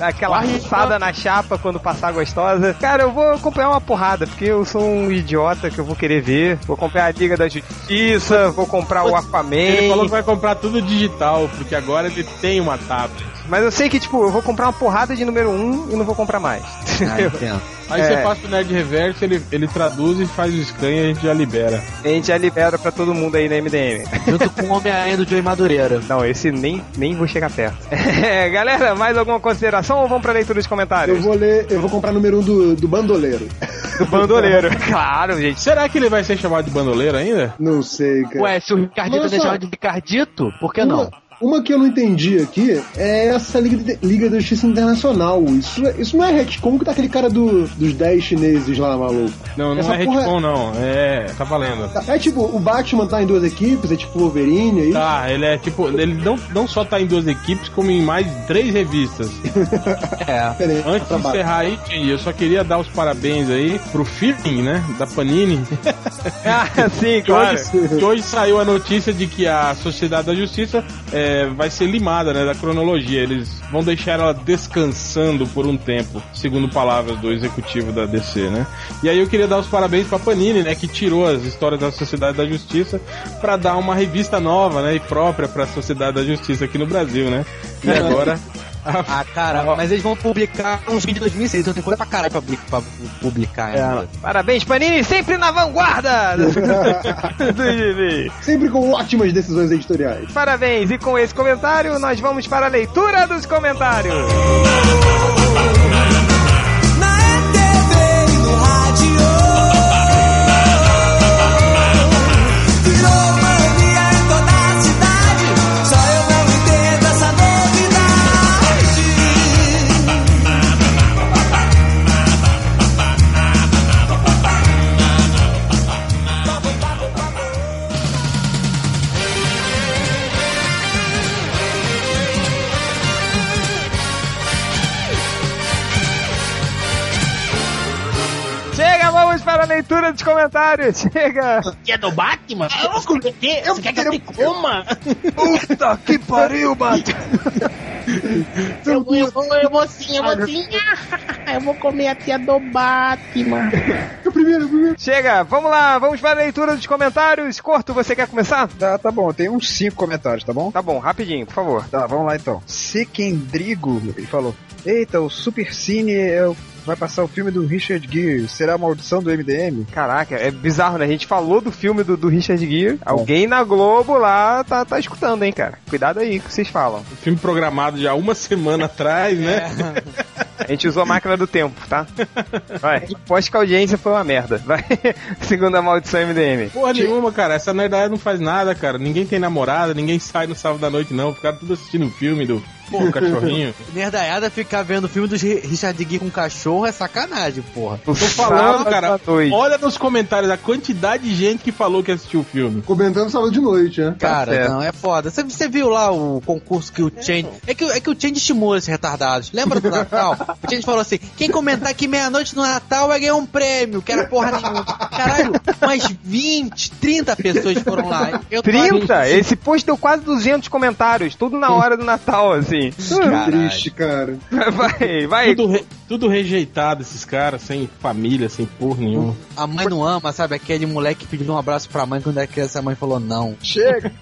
B: Aquela riçada na chapa quando passar gostosa. Cara, eu vou acompanhar uma porrada, porque eu sou um idiota que eu vou querer ver. Vou comprar a Liga da Justiça, vou comprar o
C: Ele falou
B: Aquaman.
C: que vai comprar tudo digital, porque agora ele tem uma tablet.
B: Mas eu sei que, tipo, eu vou comprar uma porrada de número 1 e não vou comprar mais. Entendeu?
C: Aí
B: É.
C: você passa o Nerd Reverso, ele, ele traduz e faz o scan e a gente já libera.
B: A gente já libera pra todo mundo aí na MDM.
A: Junto com o Homem-Aranha do Joey Madureira.
B: Não, esse nem, nem vou chegar perto. É, galera, mais alguma consideração ou vamos pra leitura dos
E: Eu
B: comentários?
E: vou ler, eu vou comprar número um do, do bandoleiro.
B: Do bandoleiro. claro, gente.
C: Será que ele vai ser chamado de bandoleiro ainda?
E: Não sei, cara.
A: Ué, se o Ricardito
E: Nossa.
A: é chamado de Ricardito, por que não?
E: Uma, uma que eu não entendi aqui é essa Liga, de- Liga da Justiça Internacional. Isso, é- isso não é retcon que tá aquele cara do- dos 10 chineses lá, maluco.
C: Não, não
E: Essa
C: é
E: porra-
C: retcon, não. É, tá valendo.
E: Tá- É tipo, o Batman tá em duas equipes, é tipo Wolverine aí.
C: Tá, ele é tipo, ele não, não só tá em duas equipes, como em mais três revistas.
A: É.
E: Pera aí,
C: Antes de
E: pra baixo.
C: encerrar aí, Ti, eu só queria dar os parabéns aí pro Feeling, né? Da Panini.
B: Ah, sim,
C: Que
B: claro.
C: hoje, que hoje saiu a notícia de que a Sociedade da Justiça é, vai ser limada, né? Da cronologia. Eles vão deixar ela descansando por um tempo, segundo palavras do executivo da DC, né? E aí eu queria dar os parabéns pra Panini, né? Que tirou as histórias da Sociedade da Justiça pra dar uma revista nova, né? E própria pra Sociedade da Justiça aqui no Brasil, né? E agora. a-
A: Ah, cara, mas eles vão publicar uns vídeos de 2006, então tem coisa pra caralho pra, public- pra publicar né? ainda.
B: Parabéns, Panini, sempre na vanguarda do do gibi.
C: é-
E: Sempre com ótimas decisões editoriais.
B: Parabéns, e com esse comentário nós vamos para a leitura dos comentários.
F: Na TV e no rádio.
B: leitura dos comentários. Chega!
A: Que é do Batman? Você quer ter? Você quer que eu te coma?
D: Puta que pariu, Batman!
A: Eu vou, eu vou, eu vou sim, eu vou sim. Ah, Eu vou comer a tia do Batman.
B: Chega! Vamos lá, vamos para a leitura dos comentários. Corto, você quer começar?
D: Tá, tá bom, tem uns cinco comentários, tá bom?
B: Tá bom, rapidinho, por favor.
D: Tá, vamos lá então. Sequendrigo, ele falou. Eita, o Supercine é o- vai passar o filme do Richard Gere. Será a maldição do MDM?
B: Caraca, é bizarro, né? A gente falou do filme do, do Richard
C: É.
B: Gere. Alguém na Globo lá tá, tá escutando, hein, cara? Cuidado aí com o que vocês falam.
C: Filme programado já uma semana atrás, né?
B: A gente usou a máquina do tempo, tá? Vai. Poste que a audiência foi uma merda. Vai. Segunda maldição MDM.
C: Porra nenhuma, cara. Essa nerdada não faz nada, cara. Ninguém tem namorada, ninguém sai no sábado da noite, não. Ficaram tudo assistindo o filme do Pô, cachorrinho.
A: Nerdaiada ficar vendo o filme do Ri- Richard Gere com cachorro é sacanagem, porra.
B: Tô
C: falando, cara. Olha nos comentários a quantidade de gente que falou que assistiu o filme.
E: Comentando sábado de noite, né?
A: Cara,
B: certo.
A: não, é foda. Você, você viu lá o concurso que o Change. É que, é que o Change estimula esses retardados. Lembra do Natal? O Change falou assim: quem comentar aqui meia-noite no Natal vai ganhar um prêmio, que era porra nenhuma. Caralho, mais 20, 30 pessoas foram lá. Eu tô-
B: 30? Esse post deu quase 200 comentários, tudo na hora do Natal, assim.
E: Que triste, cara.
B: Vai, vai.
C: Tudo, re- tudo rejeitado, esses caras, sem família, sem porra nenhuma.
A: A mãe não ama, sabe? Aquele moleque pediu um abraço pra mãe quando era criança, a mãe falou não.
D: Chega!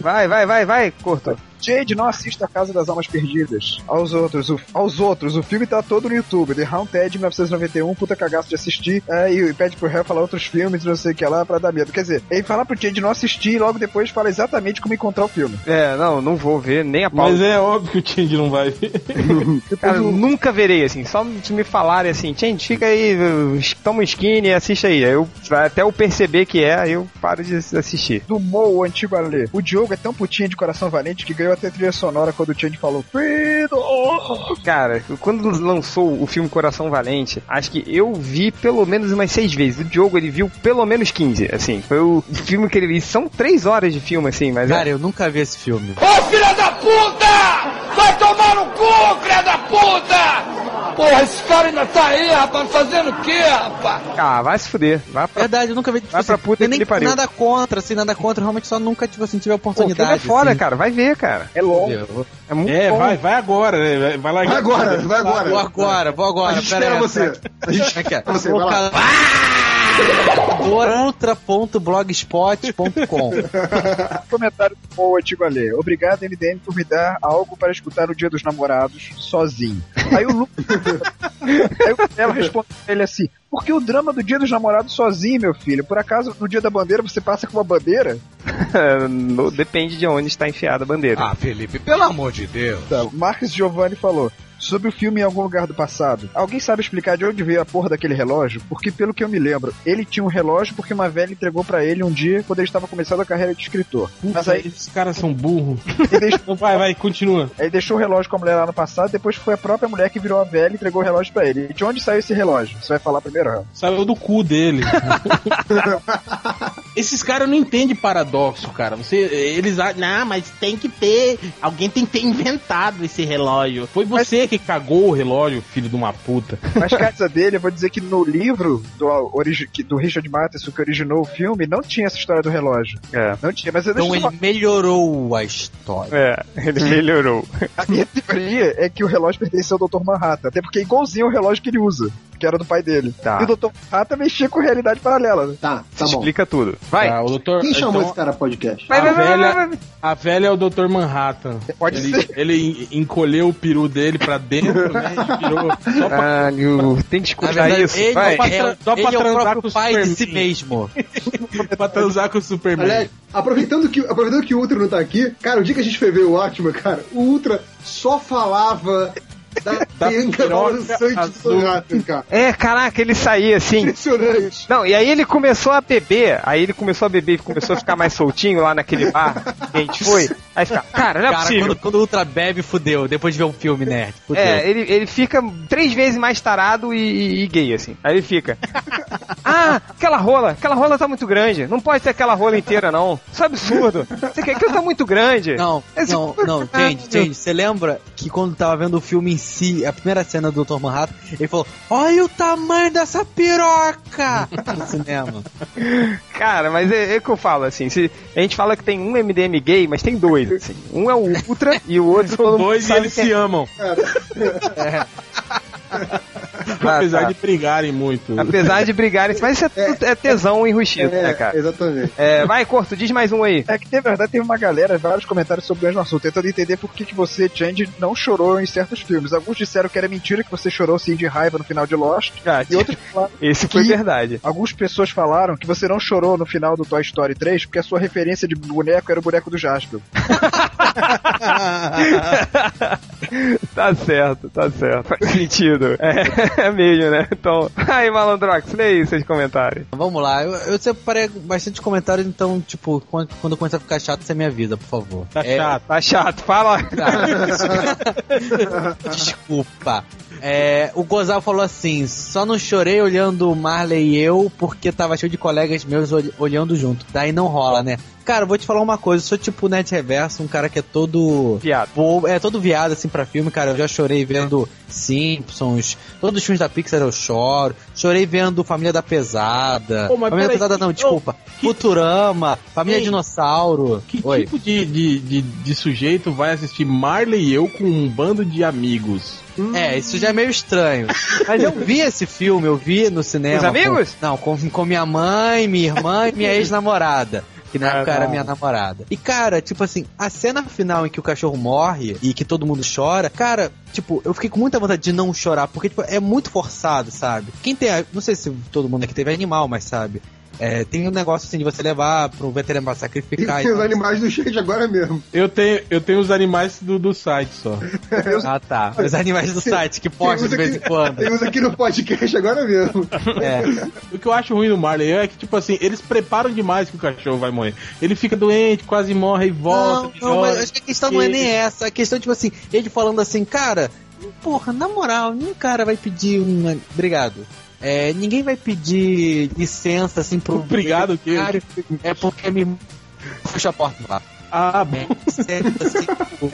B: Vai, vai, vai, vai, curto.
D: Jade, não assista a Casa das Almas Perdidas. Aos outros, o, aos outros, o filme tá todo no YouTube. The Haunted 1991, puta cagaço de assistir. É, e pede pro réu falar outros filmes, não sei o que lá, pra dar medo. Quer dizer, ele fala pro Jade não assistir e logo depois fala exatamente como encontrar o filme.
B: É, não, não vou ver nem a pau. Tipo,
C: Mas é óbvio que o Change não vai ver.
B: Cara, eu nunca verei, assim, só de me falarem assim, gente, fica aí, eu- toma um skinny, assiste aí. Aí Eu, até eu perceber que é, aí eu paro de assistir.
D: do Mo Antibalê. O Diogo é tão putinha de coração valente que ganhou até trilha sonora quando o Change falou Freedom!
B: Cara, quando lançou o filme Coração Valente, acho que eu vi pelo menos umas seis vezes. O Diogo, ele viu pelo menos 15, assim. Foi o filme que ele viu. São três horas de filme, assim, mas...
A: Cara, eu nunca vi esse filme.
B: Ah, vai se fuder. Vai pra...
A: Verdade, eu nunca vi. Tipo,
B: Vai pra puta
A: eu nem
B: que pariu.
A: nada contra, assim, nada contra, realmente só nunca tipo, assim, tive a
B: Pô, o filme
A: oportunidade.
B: é foda,
A: assim.
B: cara. Vai ver, cara.
D: É longo.
A: Eu-
B: É muito
C: É,
B: bom.
C: vai, vai agora, né? Vai- Vai lá
E: Vai agora, vai agora.
A: Vou agora, vou
E: A
A: agora.
E: gente espera você. A gente
A: Como é que é?
E: espera você, vai lá.
A: Ultra.blogspot.com
D: Comentário do Mo Antibalê. Obrigado, MDM, por me dar algo para escutar no Dia dos Namorados sozinho. Aí o Lu... Aí o Belo respondeu pra ele assim, porque o drama do Dia dos Namorados sozinho, meu filho? Por acaso, no Dia da Bandeira, você passa com uma bandeira?
B: No- Depende de onde está enfiada a bandeira.
J: Ah, Felipe, pelo amor de Deus.
D: Tá, o Marcos Giovanni falou. Sobre o filme em algum lugar do passado. Alguém sabe explicar de onde veio a porra daquele relógio? Porque, pelo que eu me lembro, ele tinha um relógio porque uma velha entregou pra ele um dia quando ele estava começando a carreira de escritor. Mas
C: Puta,
D: aí
C: esses caras são burros.
D: ele, deixou,
C: Então vai, vai, continua.
D: ele deixou o relógio com a mulher lá no passado, depois foi a própria mulher que virou a velha e entregou o relógio pra ele. E de onde saiu esse relógio? Você vai falar primeiro, Raul.
C: Saiu do cu dele. Esses caras não entendem paradoxo, cara. Você, eles acham, não, mas tem que ter. Alguém tem que ter inventado esse relógio. Foi você que cagou o relógio, filho de uma puta.
D: Mas cartas dele, eu vou dizer que no livro do, origi- que- do Richard Matheson que originou o filme, não tinha essa história do relógio.
B: É.
D: Não tinha, mas eu
A: Então
D: deixo
A: ele melhorou a história.
B: É, ele melhorou.
D: A minha teoria é que o relógio pertenceu ao Dr. Manhattan, até porque é igualzinho o relógio que ele usa, que era do pai dele.
B: Tá.
D: E o Dr. Manhattan mexia Ah, com realidade paralela. né?
E: Tá, tá bom.
B: Explica tudo. Vai.
C: Tá, o doutor,
E: Quem chamou
C: então,
E: esse cara podcast?
B: Vai,
C: a
B: vai, vai, vai,
C: velha-
B: vai, vai.
C: a velha é o Dr. Manhattan.
D: Pode
C: ele,
D: ser.
C: Ele en- encolheu o peru dele pra dentro, né? E virou só pra
B: Caralho, tem que
A: Na
B: escutar
A: verdade,
B: isso.
A: ele,
B: vai.
A: é, o-
C: Só pra
A: ele é o
C: transar com
A: próprio
C: o
A: pai de si
C: Superman.
A: mesmo.
C: pra transar com o Superman.
E: Aliás, aproveitando que, aproveitando que o Ultra não tá aqui, cara, o dia que a gente foi ver o Atman, cara, o Ultra só falava da,
C: Da
E: penca
C: piroca
E: balançante
C: azul.
E: do Manhattan, cara.
B: É, caraca, ele saía assim.
E: Impressionante.
B: Não, e aí ele começou a beber, aí ele começou a beber e começou a ficar mais soltinho lá naquele bar que a gente foi. Aí fica, cara, não é
A: Cara,
B: possível.
A: quando, quando o Ultra bebe, fudeu. Depois de ver um filme nerd. Fudeu.
B: É, ele, ele fica três vezes mais tarado e, e- e gay, assim. Aí ele fica. Ah, aquela rola, aquela rola tá muito grande. Não pode ser aquela rola inteira, não. Isso é um absurdo. Você quer que tá muito grande?
A: Não,
B: Esse-
A: não, não, gente, gente, você lembra que que quando tava vendo o filme em si, a primeira cena do Dr. Manhattan, ele falou: Olha o tamanho dessa piroca! no cinema.
B: Cara, mas é, é que eu falo, assim, se, a gente fala que tem um MDM gay, mas tem dois, assim. Um é o Ultra e o outro... todo mundo
C: Dois e
B: sabe
C: eles
B: que é-
C: se amam.
B: Ah,
C: Apesar
B: tá.
C: de brigarem muito.
B: Apesar de brigarem, mas isso é, tudo- é tesão enrustido,
E: É.
B: né, cara?
E: exatamente.
B: É, vai, Corto, diz mais um aí.
D: É que, na verdade, teve uma galera, vários comentários sobre o mesmo assunto, tentando entender por que, que você, Change, não chorou em certos filmes. Alguns disseram que era mentira, que você chorou, sim, de raiva no final de Lost.
B: Ah,
D: E outros falaram...
B: Esse foi
D: Que-
B: verdade.
D: Algumas pessoas falaram que você não chorou no final do Toy Story 3 porque a sua referência de boneco era o boneco do Jasper.
B: Tá certo, tá certo. Faz sentido. É, é mesmo, né? Então, aí, Malandrox, lê aí seus comentários.
A: Vamos lá, eu, eu separei bastante comentários, então, tipo, quando, quando eu começar a ficar chato, você me avisa, por favor.
C: Tá
A: É,
C: chato.
B: Tá chato, fala.
A: Desculpa. É, o Gozal falou assim: só não chorei olhando o Marley e eu porque tava cheio de colegas meus ol- olhando junto. Daí não rola, né? Cara, eu vou te falar uma coisa: eu sou tipo Net Reverso, um cara que é todo.
B: Piada.
A: bobo, é todo viado assim pra filme, cara. Eu já chorei vendo Simpsons, todos os filmes da Pixar eu choro. Chorei vendo Família da Pesada.
C: Pô, mas
A: Família da
C: peraí,
A: Pesada não,
C: que-
A: desculpa. Futurama, Família
C: Ei,
A: Dinossauro.
C: Que
A: Oi.
C: tipo de, de, de, de sujeito vai assistir Marley e eu com um bando de amigos?
A: É, isso já é meio estranho. Mas
B: é um-
A: eu vi esse filme, eu vi no cinema.
B: Com os amigos?
A: com- não, com, com minha mãe, minha irmã e minha ex-namorada. Que
B: Ah,
A: na época
B: tá.
A: era minha namorada. E, cara, tipo assim, a cena final em que o cachorro morre e que todo mundo chora, cara, tipo, eu fiquei com muita vontade de não chorar, porque, tipo, é muito forçado, sabe? Quem tem. a- Não sei se todo mundo aqui teve animal, mas sabe. É, tem um negócio assim de você levar pro veterinário pra
E: E
A: sacrificar.
E: tem os animais do shade agora mesmo.
C: Eu tenho, eu tenho os animais do, do site só.
A: Ah, tá. Os animais do site que postam de
E: Tem uns
A: vez em quando.
E: Temos aqui no podcast agora mesmo.
A: É.
C: O que eu acho ruim do Marley é que, tipo assim, eles preparam demais que o cachorro vai morrer. Ele fica doente, quase morre e volta.
A: Não,
C: e
A: não,
C: chora.
A: mas acho que a questão não é nem essa. A questão, tipo assim, ele falando assim, cara, porra, na moral, nenhum cara vai pedir uma. Obrigado. É, ninguém vai pedir licença, assim, pro.
C: Obrigado, o quê?
A: veterinário. É porque me. Puxa a porta lá.
C: Ah, bom.
A: Licença, assim,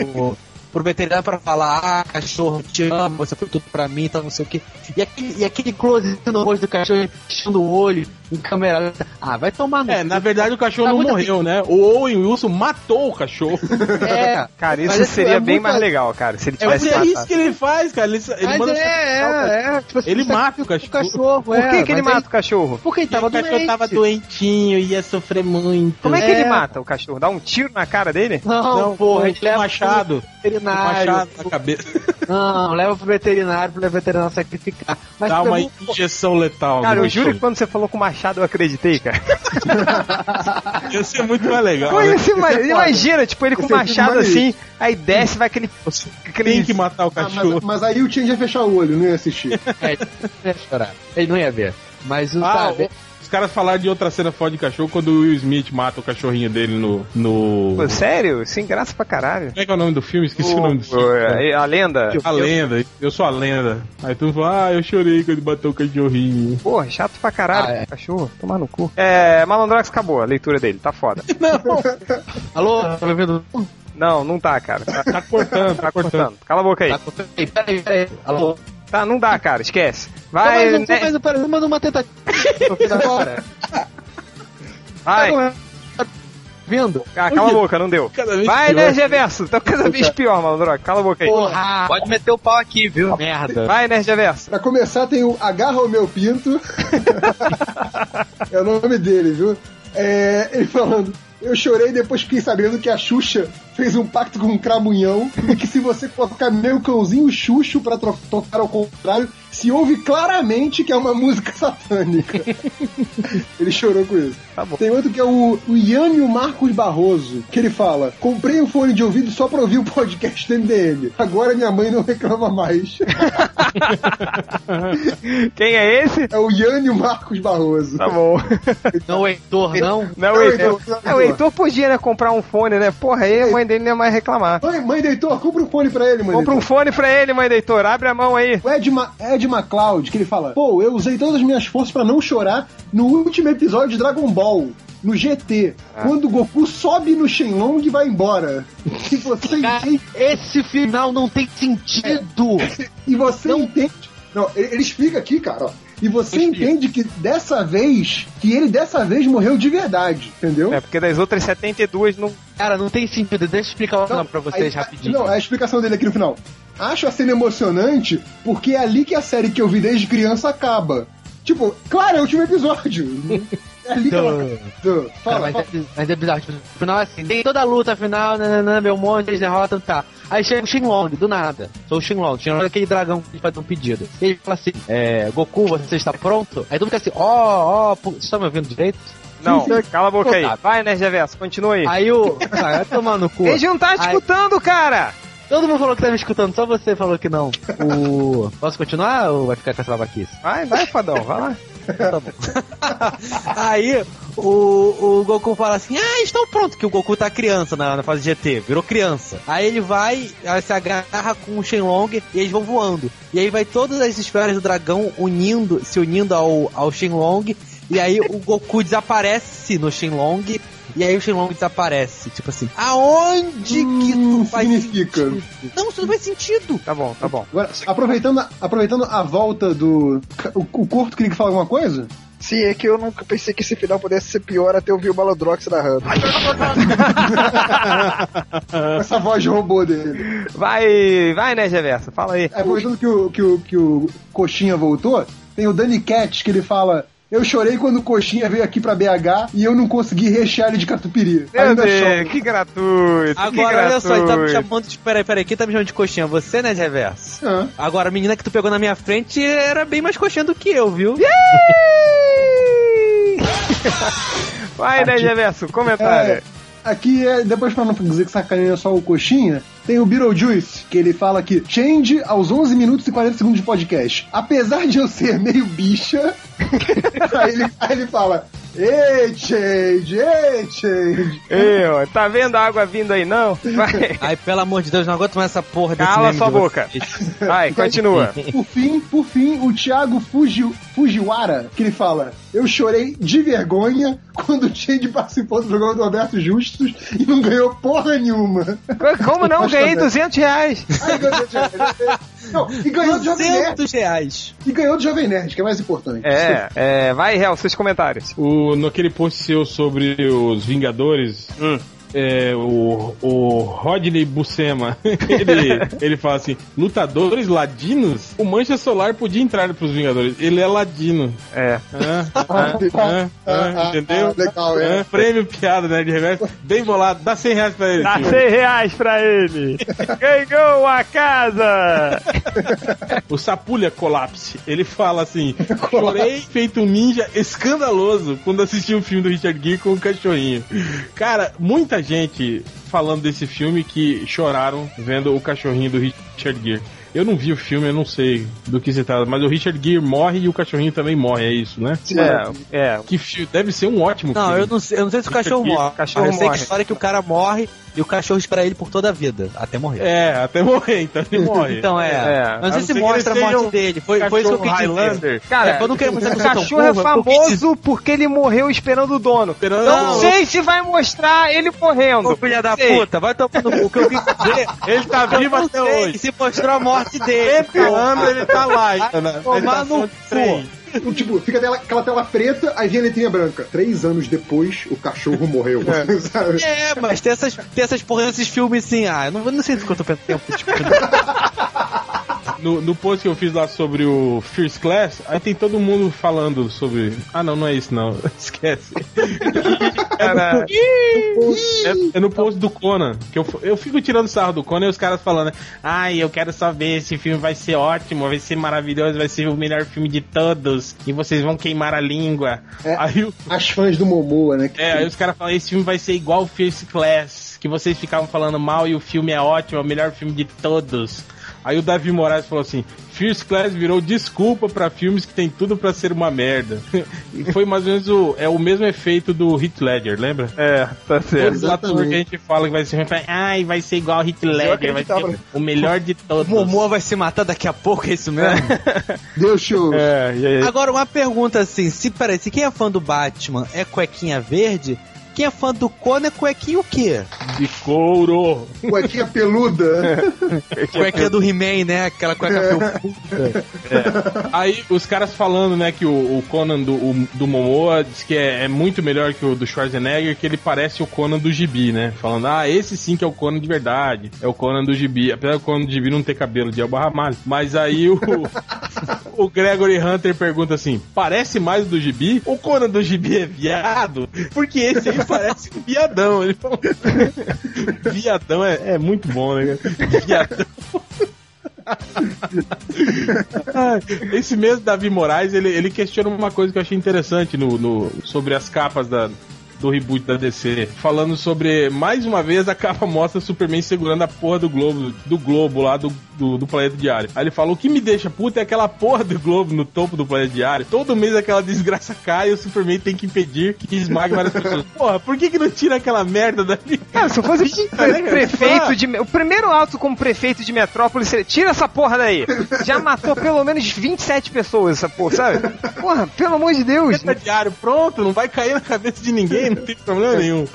A: pro, pro veterinário pra falar, ah, cachorro, te amo, você foi tudo pra mim, tal, não sei o quê. E aquele, e aquele close no rosto do cachorro, fechando o olho, em câmera. lenta. Ah, vai tomar no.
C: É, na verdade o cachorro
A: Tá
C: não
A: muito
C: morreu, né? O Owen Wilson matou o cachorro.
A: É.
B: Cara, isso
A: Mas é-
B: seria
A: é
B: bem
A: muito-
B: mais legal, cara, se ele
C: Mas
B: tivesse
C: é isso
B: matado.
C: que ele faz, cara. Ele, ele
G: Mas
C: manda
G: é, é, é, tipo assim,
C: Ele
G: você
C: mata o
G: sacrifica
C: cachorro.
G: cachorro,
B: Por que,
G: é,
B: que ele
G: mas
B: mata
G: aí-
B: o cachorro?
G: Porque ele tava
C: o cachorro
G: doente.
C: tava doentinho, ia sofrer muito.
B: Como é que ele
G: É.
B: mata o cachorro? Dá um tiro na cara dele?
G: Não,
C: Não,
G: porra, ele
C: com
G: leva
C: machado.
G: pro
C: Um machado
G: veterinário.
C: na cabeça.
G: Não, leva pro veterinário, pro veterinário sacrificar. Mas
C: Dá
G: pra
C: uma
G: mim,
C: injeção letal.
B: Cara,
C: no
B: eu juro que
C: cachorro.
B: quando você falou com o Machado eu acreditei, cara.
C: Ia ser muito mais legal.
B: Pô,
C: né?
B: esse ma- imagina, tipo, ele com o
E: Esse é
B: machado
E: maneiro.
B: assim, aí desce, vai aquele.
C: Tem
B: aquele
C: que matar o
E: Ah, mas,
C: cachorro.
E: mas aí o Change ia fechar o olho, não ia assistir.
G: é, ele não ia chorar. Ele não ia ver. Mas o
C: Ah,
G: sabe,
C: o- os caras falaram de outra cena foda de cachorro quando o Will Smith mata o cachorrinho dele no. no...
B: Pô, sério? Sem graça pra caralho.
C: Como é que é o nome do filme? Esqueci o nome do filme. cara.
B: Pô, A lenda?
C: A lenda, eu sou a lenda. Aí tu fala, ah, eu chorei quando bateu o cachorrinho.
B: Porra, chato pra caralho.
G: Ah, é.
B: Cachorro, tomar no cu. É, Malandrox acabou a leitura dele, tá foda.
G: alô, tá me ouvindo?
B: Não, não tá, cara. Tá,
C: Tá cortando,
B: tá cortando. Cala a boca aí.
G: Tá, peraí, peraí, peraí, alô.
B: Tá, não dá, cara, esquece.
G: Vai,
B: Vai,
G: mas,
B: né,
G: mas, peraí, manda uma tentativa. Agora.
B: vai. Tá
G: Vindo?
B: Ah, cala a boca, não deu.
C: Cada vez
B: Vai,
C: pior.
B: né, Reverso? Tá cada vez pior, Malandrox. Cala a boca aí.
G: Porra!
J: Pode meter o pau aqui, viu?
G: Merda.
B: Vai, né, Reverso?
E: Pra começar, tem o Agarra o Meu Pinto. é o nome dele, viu? É, ele falando. Eu chorei e depois fiquei sabendo que a Xuxa fez um pacto com um cramunhão e que se você colocar meu cãozinho Xuxo pra tro- tocar ao contrário, se ouve claramente que é uma música satânica. ele chorou com isso.
B: Tá bom.
E: Tem outro que é o, o Ian e o Marcos Barroso, que ele fala: Comprei um fone de ouvido só pra ouvir o podcast do MDM. Agora minha mãe não reclama mais.
B: Quem é esse?
E: É o Ian e o Marcos Barroso.
B: Tá bom.
G: Não, Heitor, não.
B: Não, é o
E: Heitor.
B: Heitor. É o Heitor podia, né, comprar um fone, né? Porra, aí a mãe dele não ia mais reclamar.
E: Mãe, mãe Deitor, compra um fone pra ele, mãe.
B: Compra um
E: Deitor.
B: fone pra ele, mãe Heitor. Abre a mão aí.
E: O Ed, Ma Ed MacLeod, que ele fala: Pô, eu usei todas as minhas forças pra não chorar no último episódio de Dragon Ball. No GT, quando o Goku sobe no Shenlong e vai embora. E você entende.
G: Esse final não tem sentido.
E: E você entende. Não, ele ele explica aqui, cara, ó. E você entende que dessa vez, que ele dessa vez morreu de verdade, entendeu?
B: É, porque das outras 72 não.
G: Cara, não tem sentido. Deixa eu explicar o final
E: Não,
G: pra vocês
E: a- a-
G: rapidinho.
E: Não, a explicação dele aqui no final. Acho a cena emocionante porque é ali que a série que eu vi desde criança acaba. Tipo, claro, é o último episódio. É ali que ela... Duh.
G: Então, Cara,
E: Fala,
G: mas,
E: fala.
G: é, biz- mas é bizarro. Tipo, no final é assim, tem toda a luta final, nananã, meu monte, eles derrotam, tá. Aí chega o Shenlong, do nada. Sou o Shenlong. Shenlong é aquele dragão que faz um pedido. E ele fala assim, é, Goku, você está pronto? Aí todo mundo fica assim, ó, ó, pu- vocês estão me ouvindo direito?
B: Não,
G: Sim, sim.
B: cala a boca aí.
G: Tá.
B: Vai, né, Geverso? Continua aí.
G: Aí o... Ah, vai tomar no cu.
B: Eles não tá
G: Ai.
B: escutando, cara!
G: Todo mundo falou que tá me escutando, só você falou que não. O... Posso continuar ou vai ficar com essa babaquice?
B: Vai, vai, fadão, vai lá.
A: Aí o, o Goku fala assim: Ah, estão pronto, que o Goku tá criança na, na fase GT, virou criança. Aí ele vai, aí se agarra com o Shenlong e eles vão voando. E aí vai todas as esferas do dragão unindo, se unindo ao, ao Shenlong. E aí o Goku desaparece no Shenlong. E aí o Shenlong desaparece. Tipo assim, aonde que tu
E: Hum,
A: faz
E: significa.
A: sentido? Não, isso não faz sentido.
B: Tá bom, tá bom.
E: Agora, aproveitando, a- aproveitando a volta do. O, o Corto queria falar alguma coisa?
D: Sim, é que eu nunca pensei que esse final pudesse ser pior até ouvir o Malandrox narrando.
E: Essa voz robô dele. É,
B: Vai, vai, né, Geverso? Fala aí.
E: Aproveitando que o, que o, que o Coxinha voltou, tem o Danny Cat que ele fala. Eu chorei quando o Coxinha veio aqui pra BH e eu não consegui rechear ele de catupiry.
B: Meu
E: Ainda choro.
B: Deus, que gratuito. que
A: Agora, olha só, ele tá me
B: gratuito.
A: chamando de. Peraí, peraí, quem tá me chamando de coxinha? Você, né, de reverso?
E: Ah.
A: Agora, a menina que tu pegou na minha frente era bem mais coxinha do que eu, viu?
B: Vai, né, Geverso? Comentário.
E: É, aqui é, depois pra não dizer que sacaneia é só o coxinha, tem o Beetlejuice, que ele fala que change aos 11 minutos e 40 segundos de podcast. Apesar de eu ser meio bicha, aí, ele, aí ele fala, ei, change, ei, change.
B: Ei, ó, tá vendo a água vindo aí, não? Vai,
A: Ai, pelo amor de Deus, não aguento mais essa porra desse
B: cala
A: meme
B: sua
A: de vocês.
B: boca. Vai, continua.
E: Por fim, por fim, o Thiago Fuji, Fujiwara, que ele fala, eu chorei de vergonha quando o Change participou do programa do Alberto Justus e não ganhou porra nenhuma.
B: Como não? Ganhei
E: Ganhei
B: 200 reais.
E: Aí ganhou, não, e ganhou de Jovem Nerd.
A: 200 reais.
E: E ganhou do Jovem Nerd, que é mais importante.
B: É, é, vai, Real, seus comentários.
C: O, naquele post seu sobre os Vingadores.
E: Hum.
C: É, o, o Rodney Buscema ele, ele fala assim: lutadores ladinos? O Mancha Solar podia entrar pros Vingadores. Ele é ladino.
B: É.
C: Hã? Hã?
E: Ah,
C: Hã? Hã? ah, entendeu? Ah,
E: legal, é.
C: Hã? Prêmio piada, né? De reverso. Bem bolado, dá 100 reais pra ele.
B: Dá
C: filho.
B: 100 reais pra ele. Ganhou a casa.
C: O Sapulha Colapse, ele fala assim: chorei feito um ninja escandaloso quando assisti o filme do Richard Gere com o cachorrinho. Cara, muita gente falando desse filme que choraram vendo o cachorrinho do Richard Gere. Eu não vi o filme, eu não sei do que se trata, mas o Richard Gere morre e o cachorrinho também morre, é isso, né?
B: É, é.
C: Que fi- deve ser um ótimo
A: Não,
C: filme.
A: eu não, sei, eu não sei se o cachorro
C: Isso aqui,
A: morre.
B: o cachorro
A: eu sei
B: morre.
A: que história é que o cara morre e o cachorro espera ele por toda a vida, até morrer.
C: É, até morrer, então ele morre.
A: Então é.
B: É.
A: Eu Não
C: A não
A: sei
C: ser
A: se
C: que
A: mostra a
C: ele seja
A: morte
C: um
A: dele. Foi, foi isso que eu quis
C: cachorro
A: dizer.
C: Highlander.
B: Cara,
A: É, eu não quero mostrar
B: o
A: que eu sou tão
B: cachorro é
A: burro, eu quis dizer-
B: famoso porque ele morreu esperando o dono.
C: Esperando
B: Não
C: o-
B: sei se vai mostrar ele correndo.
A: Ô, filha da
B: Sei.
A: puta, vai tomando o que eu quis dizer.
C: Ele tá
A: Eu
C: vivo
A: não
C: até
A: sei
C: hoje.
A: se mostrou a morte dele.
C: Sempre ano ele tá lá, na- na
A: tomar no
C: estação de trem.
E: O Tipo, fica tela- aquela tela preta, aí vem a letrinha branca. Três anos depois, o cachorro morreu. Sabe?
A: É, mas tem essas, tem essas porra desses filmes assim, ah, eu não, eu não sei do que eu tô pensando. Tipo,
C: No, no post que eu fiz lá sobre o First Class, aí tem todo mundo falando sobre. Ah, não, não é isso não. Esquece.
B: Cara,
C: É, é no post do Conan. Que eu, f- eu fico tirando sarro do Conan e os caras falando: Ai, eu quero só ver esse filme, vai ser ótimo, vai ser maravilhoso, vai ser o melhor filme de todos. E vocês vão queimar a língua.
E: É.
C: Aí, o-
E: As fãs do Momoa, né?
C: é, aí os caras falam: Esse filme vai ser igual o First Class. Que vocês ficavam falando mal e o filme é ótimo, é o melhor filme de todos. Aí o Davi Moraes falou assim: First Class virou desculpa pra filmes que tem tudo pra ser uma merda. E Foi mais ou menos o, é o mesmo efeito do Heath Ledger, lembra?
B: É, tá certo.
C: Todo ator que a gente fala que vai ser fala, ai, vai ser igual o Heath Ledger, vai
D: acreditava,
C: ser o melhor de todos.
A: Momoa vai se matar daqui a pouco, é isso mesmo?
E: Deu show.
B: É, e aí?
A: Agora, uma pergunta assim: se, peraí, se quem é fã do Batman é cuequinha verde, quem é fã do Conan é cuequinha o quê?
C: De couro.
E: Cuequinha
C: É,
E: peluda.
A: Cuequinha do He-Man, né? Aquela cueca felpuda.
C: Aí os caras falando, né, que o, o Conan do, o- do Momoa diz que é, é muito melhor que o do Schwarzenegger, que ele parece o Conan do Gibi, né? Falando, ah, esse sim que é o Conan de verdade, é o Conan do Gibi. Apesar do Conan do Gibi não ter cabelo de Elba Ramalho. Mas aí o, o Gregory Hunter pergunta assim, parece mais o do Gibi? O Conan do Gibi é viado? Porque esse aí parece um viadão. Ele falou, viadão é, é muito bom, né? cara? Viadão. Ah, Esse mesmo Davi Moraes, ele, ele questiona uma coisa que eu achei interessante no, no- sobre as capas da, do reboot da DC. Falando sobre, mais uma vez, a capa mostra Superman segurando a porra do globo, do globo lá do, do, do Planeta Diário. Aí ele fala, o que me deixa puto é aquela porra do globo no topo do Planeta Diário. Todo mês aquela desgraça cai e o Superman tem que impedir que esmague várias pessoas. Porra, por que que não tira aquela merda dali?
B: né, Cara, se eu fosse pre- prefeito de. O primeiro ato como prefeito de metrópole seria. Tira essa porra daí! Já matou pelo menos 27 pessoas, essa porra, sabe? Porra, pelo amor de Deus!
C: Planeta diário pronto, não vai cair na cabeça de ninguém, não tem problema nenhum.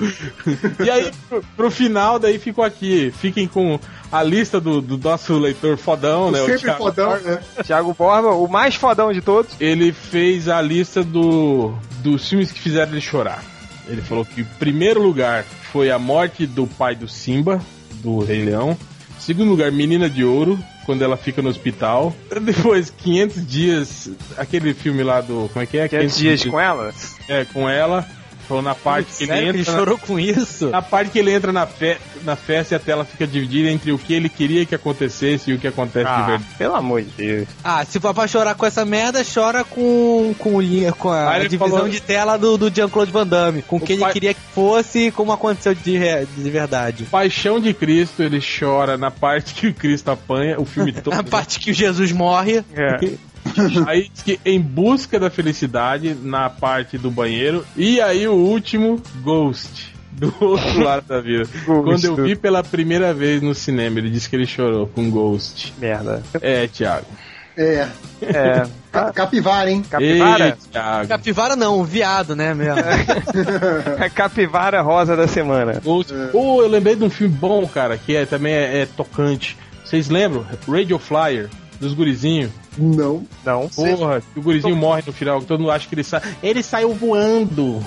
C: E aí, pro, pro final, daí ficou aqui. Fiquem com a lista do, do nosso leitor fodão, né? o
E: Sempre
C: Thiago.
E: fodão, né?
B: Thiago Borba, o mais fodão de todos.
C: Ele fez a lista do, dos filmes que fizeram ele chorar. Ele falou que, em primeiro lugar, foi a morte do pai do Simba, do Rei Leão. Em Segundo lugar, Menina de Ouro, quando ela fica no hospital. Depois, 500 dias, aquele filme lá do. Como é que é?
B: 500 dias com ela?
C: É, com ela. Falou na parte que ele
A: Sério que ele
C: entra. na-
A: chorou com isso?
C: A parte que ele entra na, fe na festa e a tela fica dividida entre o que ele queria que acontecesse e o que acontece de
B: Ah,
C: verdade.
B: pelo amor de Deus.
A: Ah, se for pra chorar com essa merda, chora com, com, o linha- com a
C: Aí ele
A: divisão
C: falou-
A: de tela do, do Jean-Claude Van Damme, com quem
C: pai-
A: ele queria que fosse e como aconteceu de, re- de verdade.
C: Paixão de Cristo, ele chora na parte que o Cristo apanha, o filme todo.
A: A parte que o Jesus morre.
B: É.
C: Aí diz que em busca da felicidade na parte do banheiro. E aí o último, Ghost. Do outro lado da vida. Quando eu vi pela primeira vez no cinema, ele disse que ele chorou com Ghost.
B: Merda.
C: É, Thiago.
E: É.
B: É.
C: Ah.
E: Ca- Capivara, hein?
C: Ei,
B: Capivara?
C: Thiago.
A: Capivara não, viado, né, mesmo?
C: É,
B: A É capivara rosa da semana.
C: Ghost. Oh, eu lembrei de um filme bom, cara, que é, também é, é tocante. Vocês lembram? Radio Flyer, dos gurizinhos.
E: Não.
B: Não.
C: Porra, que o gurizinho morre no final, que todo mundo acha que ele sai. Ele saiu voando.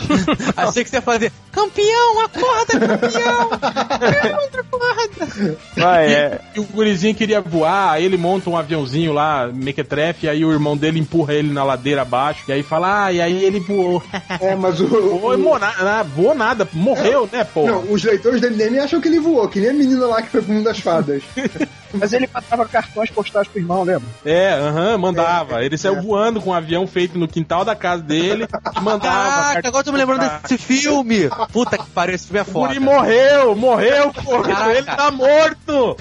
C: então.
A: Achei que você ia fazer, campeão, acorda, campeão! Acorda, acorda!
B: Vai, é.
C: E o gurizinho queria voar, aí ele monta um aviãozinho lá, mequetrefe, e aí o irmão dele empurra ele na ladeira abaixo, e aí fala, ah, e aí ele voou.
E: É, mas o.
C: Voou, e
E: o-
C: mo- na- voou nada, morreu, né, pô?
E: Não, os leitores do MDM acham que ele voou, que nem a menina lá que foi pro mundo das fadas.
D: Mas ele matava cartões postais pro irmão, lembra?
C: É, aham, mandava. Ele saiu voando com um avião feito no quintal da casa dele, e mandava.
A: Caraca, Ah, agora eu tô me lembrando desse filme! Puta que pariu, esse filme é
C: O guri
A: foda.
C: morreu, morreu, porra.
A: Caraca.
C: Ele tá morto.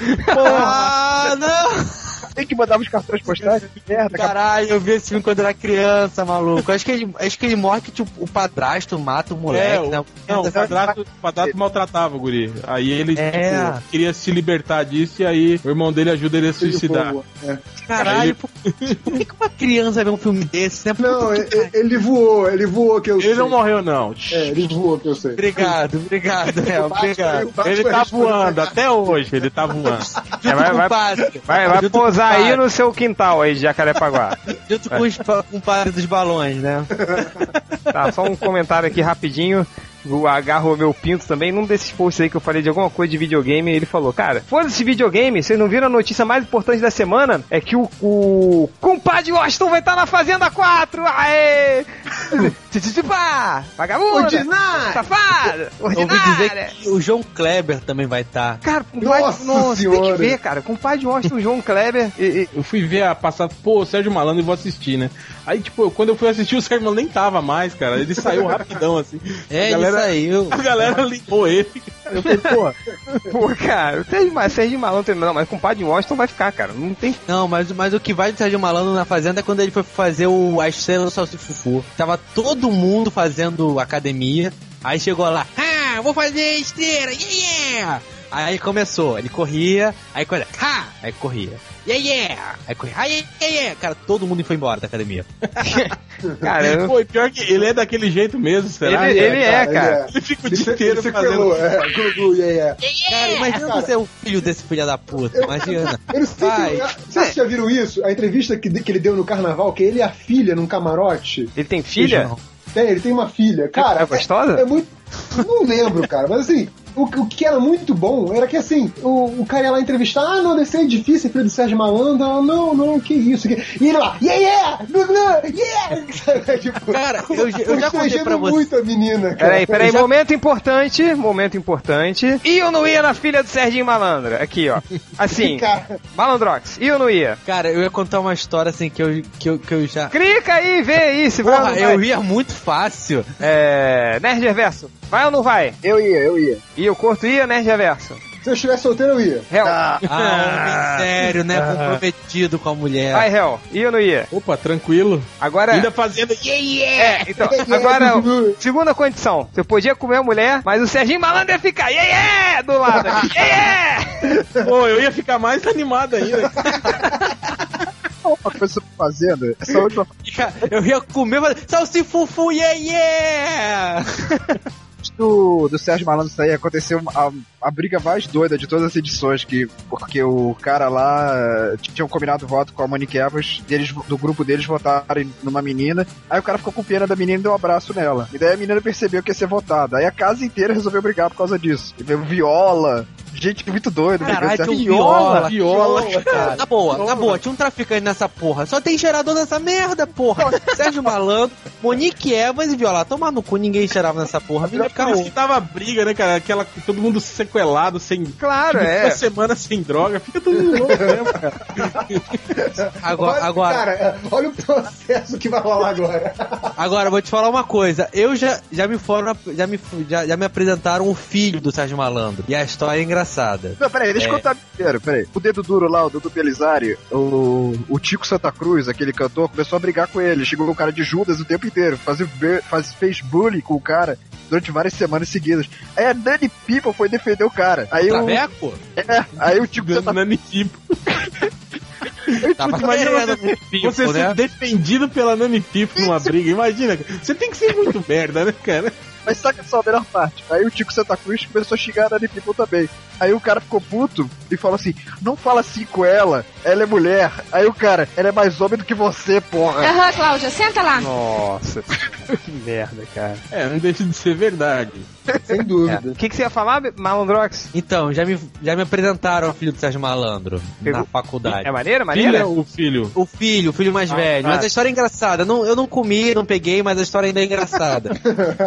A: Ah, não!
D: Tem que mandava os cartões postais, que merda.
A: Caralho, eu vi esse filme quando era criança, maluco. Acho que ele, acho que ele morre que tipo, o padrasto mata o moleque,
C: É, o-
A: né?
C: Não, o padrasto, o padrasto maltratava o guri. Aí ele
A: É.
C: tipo, queria se libertar disso e aí o irmão dele ajuda ele a suicidar.
E: Ele voou, é.
A: Caralho, por, por que que uma criança vê um filme desse, né?
E: Não,
A: Puta que-
E: ele, ele voou, ele voou que eu
C: Ele
E: sei.
C: não morreu, não.
E: É, ele voou que eu sei.
A: Obrigado, obrigado, Léo, obrigado.
C: Ele tá voando, até hoje ele tá voando.
A: Junto
B: é, vai-
A: com
B: vai-
A: o padre.
B: Vai, vai
A: junto com o
B: posar aí
A: padre,
B: no seu quintal aí de Jacarepaguá.
A: Junto com, os, pa- com o padre dos balões, né?
B: Tá, só um comentário aqui rapidinho. O agarro meu pinto também, num desses posts aí que eu falei de alguma coisa de videogame, ele falou, cara, foda-se videogame, vocês não viram a notícia mais importante da semana? É que o, o compadre Washington vai estar na Fazenda 4! Aê! Tititipá! Vagabundo!
E: Ordinário!
B: Safado!
A: Eu ouvi
B: Ordinária!
A: dizer que o João Kleber também vai tá. estar.
B: Cara, compadre,
E: Nossa
B: nossa, tem que
E: senhora.
B: ver, cara, compadre Washington, João Kleber, e- e-
C: Eu fui ver a passada, pô, Sérgio Malandro, eu vou assistir, né? Aí, tipo, eu- quando eu fui assistir, o Sérgio Malandro nem tava mais, cara. Ele saiu rapidão, assim.
A: É, ele
C: galera-
A: saiu.
C: A galera limpou ele.
A: Eu falei, pô.
B: Pô, cara, o Sérgio, Ma- Sérgio Malandro tem. Não, mas com o Padre Washington vai ficar, cara. Não tem.
A: Não, mas, mas o que vai do Sérgio Malandro na Fazenda é quando ele foi fazer o, as cenas do Salsifufu. Tava todo mundo fazendo academia. Aí chegou lá, ah, eu vou fazer esteira, yeah, yeah! Aí começou, ele corria, aí corria, ha! Aí corria, yeah, yeah! Aí corria, ah, yeah, yeah, yeah! Cara, todo mundo foi embora da academia.
B: Cara, eu-
C: Pô, e pior que ele é daquele jeito mesmo, será?
B: ele, ele é,
E: Ele
B: cara.
C: Ele fica o
E: Ele
C: dia
E: se- ele
C: inteiro
E: se
C: fazendo.
E: colou, é, Gugu, yeah, yeah.
A: Cara, imagina você é o filho desse filho da puta, imagina.
E: Eu não sei se,
A: Vai.
E: vocês já viram isso, a entrevista que, que ele deu no carnaval, que ele e a filha num camarote.
B: Ele tem filha?
E: Tem, ele tem uma filha. Cara,
B: É gostosa?
E: É, muito. Não lembro, cara, mas assim. O, o que era muito bom era que assim, o, o cara ia lá entrevistar, ah, não, deve ser difícil, filho do Sérgio Malandro, ela, não, não, que isso. Que... E ele lá, yeah, yeah, não, não, yeah! Sabe, tipo,
A: Cara, eu, já- eu já contei
E: constrangendo
A: pra você.
E: muito a menina, cara.
B: Peraí, peraí, momento importante, momento importante. E eu não ia na filha do Serginho Malandro. Aqui, ó. Assim,
E: Cara,
B: Malandrox, e eu não ia.
A: Cara, eu ia contar uma história assim que eu, que eu, que eu já.
B: Clica aí, vê aí se vai ou não
A: Porra,
B: vai.
A: eu ia muito fácil.
B: É. Nerd Reverso, vai ou não vai?
D: Eu ia, eu ia.
B: E eu curto ia, Nerd Reverso.
E: se eu estivesse solteiro, eu ia.
B: Hell.
A: Ah, homem sério, né? Comprometido com a mulher.
B: Vai, Hell. E eu não ia.
C: Opa, tranquilo.
A: É.
B: Agora.
C: Ainda fazendo. Yeah, yeah!
B: É, então, agora, segunda condição. Você podia comer a mulher, mas o Serginho Malandro ia ficar, yeah, yeah, do lado. Yeah, yeah!
C: Pô, eu ia ficar mais animado ainda.
D: Uma coisa sobre fazenda, essa última
A: Cara, Eu ia comer, mas. Salsifufu, yeah, yeah!
D: parte do, do Sérgio Malandro sair aconteceu a, a briga mais doida de todas as edições, que, porque o cara lá eh, tinha um combinado voto com a Monique Evans, deles, do grupo deles votarem numa menina, aí o cara ficou com pena da menina e deu um abraço nela. E daí a menina percebeu que ia ser votada, aí a casa inteira resolveu brigar por causa disso. E veio viola, gente muito doida. brigando,
A: Caralho,
D: certo?
A: um viola.
C: Viola,
A: Cara, na boa, na boa, tinha um traficante nessa porra. Só tem cheirador nessa merda, porra. Sérgio Malandro, Monique Evans e Viola. Tomar no cu, ninguém cheirava nessa porra. Me
C: Por isso que
A: caô.
C: tava a briga, né, cara? Aquela, todo mundo sequelado, sem.
B: Claro,
C: Uma
B: é.
C: semana sem droga, fica todo mundo louco mesmo, cara.
A: Agora,
E: Olha,
A: agora,
E: Cara, é, olha o processo que vai rolar agora.
A: agora, vou te falar uma coisa. Eu já, já me foram, já me, já, já me apresentaram o filho do Sérgio Malandro. E a história é engraçada.
D: Não, peraí, deixa eu
A: É.
D: contar primeiro, peraí. O dedo duro lá, o Dudu Pelizari, o, o Tico Santa Cruz, aquele cantor, começou a brigar com ele. Chegou o cara de Judas o tempo inteiro, fazia, be- faz, fez bullying com o cara durante várias semanas seguidas. Aí a Dani Pipa foi defender o cara. Aí o, é,
A: Traveco?
D: aí o Tico
A: Tá
D: Santa
C: Dando tipo.
A: Tava
C: Imagina
A: querendo
C: você,
A: pipo,
C: você
A: Tá né?
C: ser defendido pela Nani Pipo numa briga. Imagina, cara. você tem que ser muito merda, né, cara?
D: Mas saca só a melhor parte. Aí o Tico Santa Cruz começou a xingar a Nani People também. Aí o cara ficou puto e falou assim: Não fala assim com ela, ela é mulher. Aí o cara, ela é mais homem do que você, porra.
K: Aham, Cláudia, senta lá.
B: Nossa, que merda, cara.
C: É, não deixa de ser verdade.
E: Sem
B: É.
E: dúvida.
B: O que, que você ia falar, Malandrox?
A: Então, já me, já me apresentaram o filho do Sérgio Malandro
B: Pegou.
A: na faculdade.
B: É maneira,
C: Filho é
B: maneira?
C: o filho.
A: O filho, o filho mais
B: Ah,
A: velho.
B: tá.
A: Mas a história é engraçada. Não, eu não comi, não peguei, mas a história ainda é engraçada.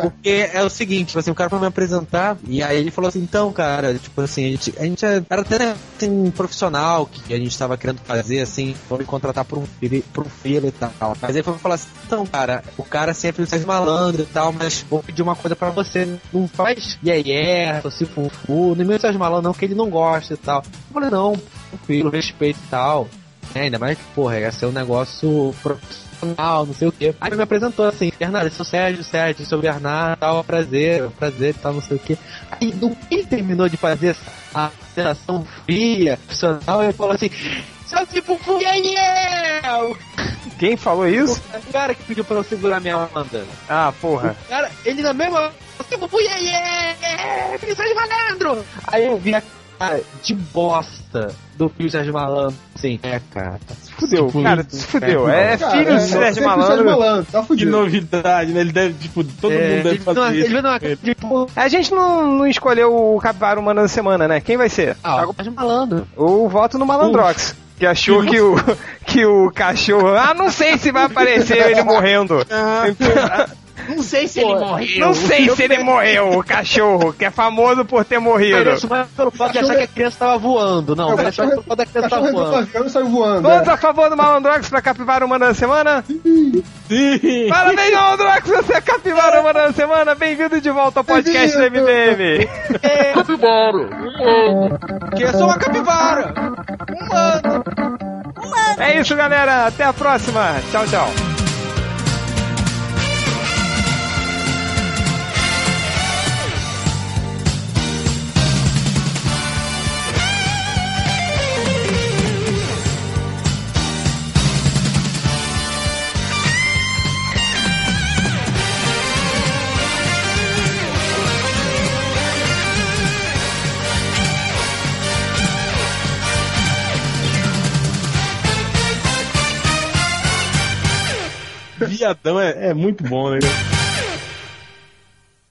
A: Porque é o seguinte, tipo assim, o cara foi me apresentar e aí ele falou assim, então, cara, tipo assim, a gente, a gente é- era até né, assim, profissional que a gente tava querendo fazer, assim, vou me contratar pra um filho, pra um filho e tal. Mas ele foi falar assim, então, cara, o cara sempre faz malandro e tal, mas vou pedir uma coisa pra você. Não faz yeah, yeah, se fufu, nem mesmo faz malandro não, que ele não gosta e tal. Eu falei, não, tranquilo, respeito e tal. É, ainda mais que, porra, ia ser um negócio profissional, não sei o quê. Aí ele me apresentou assim, Bernardo, eu sou Sérgio, Sérgio, sou Bernardo, tal, prazer, prazer, tal, não sei o quê. Aí no que ele terminou de fazer essa apresentação fria, profissional, ele falou assim, seu tipo, yeah, yeah!
B: Quem falou
A: O
B: isso?
A: cara que pediu pra eu segurar minha onda.
B: Ah, porra.
A: Cara, ele na mesma. Tipo, fui aí, é, filho do Sérgio Malandro! Aí eu vi a cara de bosta do filho do Sérgio Malandro. Assim, é, cara.
B: Fudeu,
C: Tipo,
B: cara, se fudeu. É,
E: Cara,
B: filho
E: é,
B: do
E: sempre
B: Sérgio
E: o Sérgio
B: Malandro.
E: Malandro. Tá
C: Que
E: fudido.
C: novidade, né? Ele deve, tipo, todo
A: É,
C: mundo deve
A: ele, não,
C: fazer
A: ele tipo,
C: isso.
A: veio numa cara de porra.
B: A gente não, não escolheu o capivara humano da semana, né? Quem vai ser?
A: Ah, o Sérgio Malandro.
B: O voto no Malandrox. Que achou que o,
A: um
B: que o cachorro. Ah, não sei se vai aparecer ele morrendo. Então,
K: Ah. Não sei se ele morreu.
B: Não sei se ele morreu, o cachorro, que é famoso por ter morrido.
G: Mereço mais pelo fato de achar que a criança tava voando. Não, mereço mais pelo fato da
E: Tá
A: tá
G: criança tava voando.
E: avião e saiu voando.
B: tá
E: né?
B: Vamos a favor do Malandrox pra capivara humana da semana?
C: Sim!
B: Parabéns, Malandrox, você é capivara humana da semana. Bem-vindo de volta ao podcast do MDM. É.
K: Que eu sou uma capivara. Humano.
B: É isso, galera. Até a próxima. Tchau, tchau.
C: Viadão é, é muito bom, né? cara?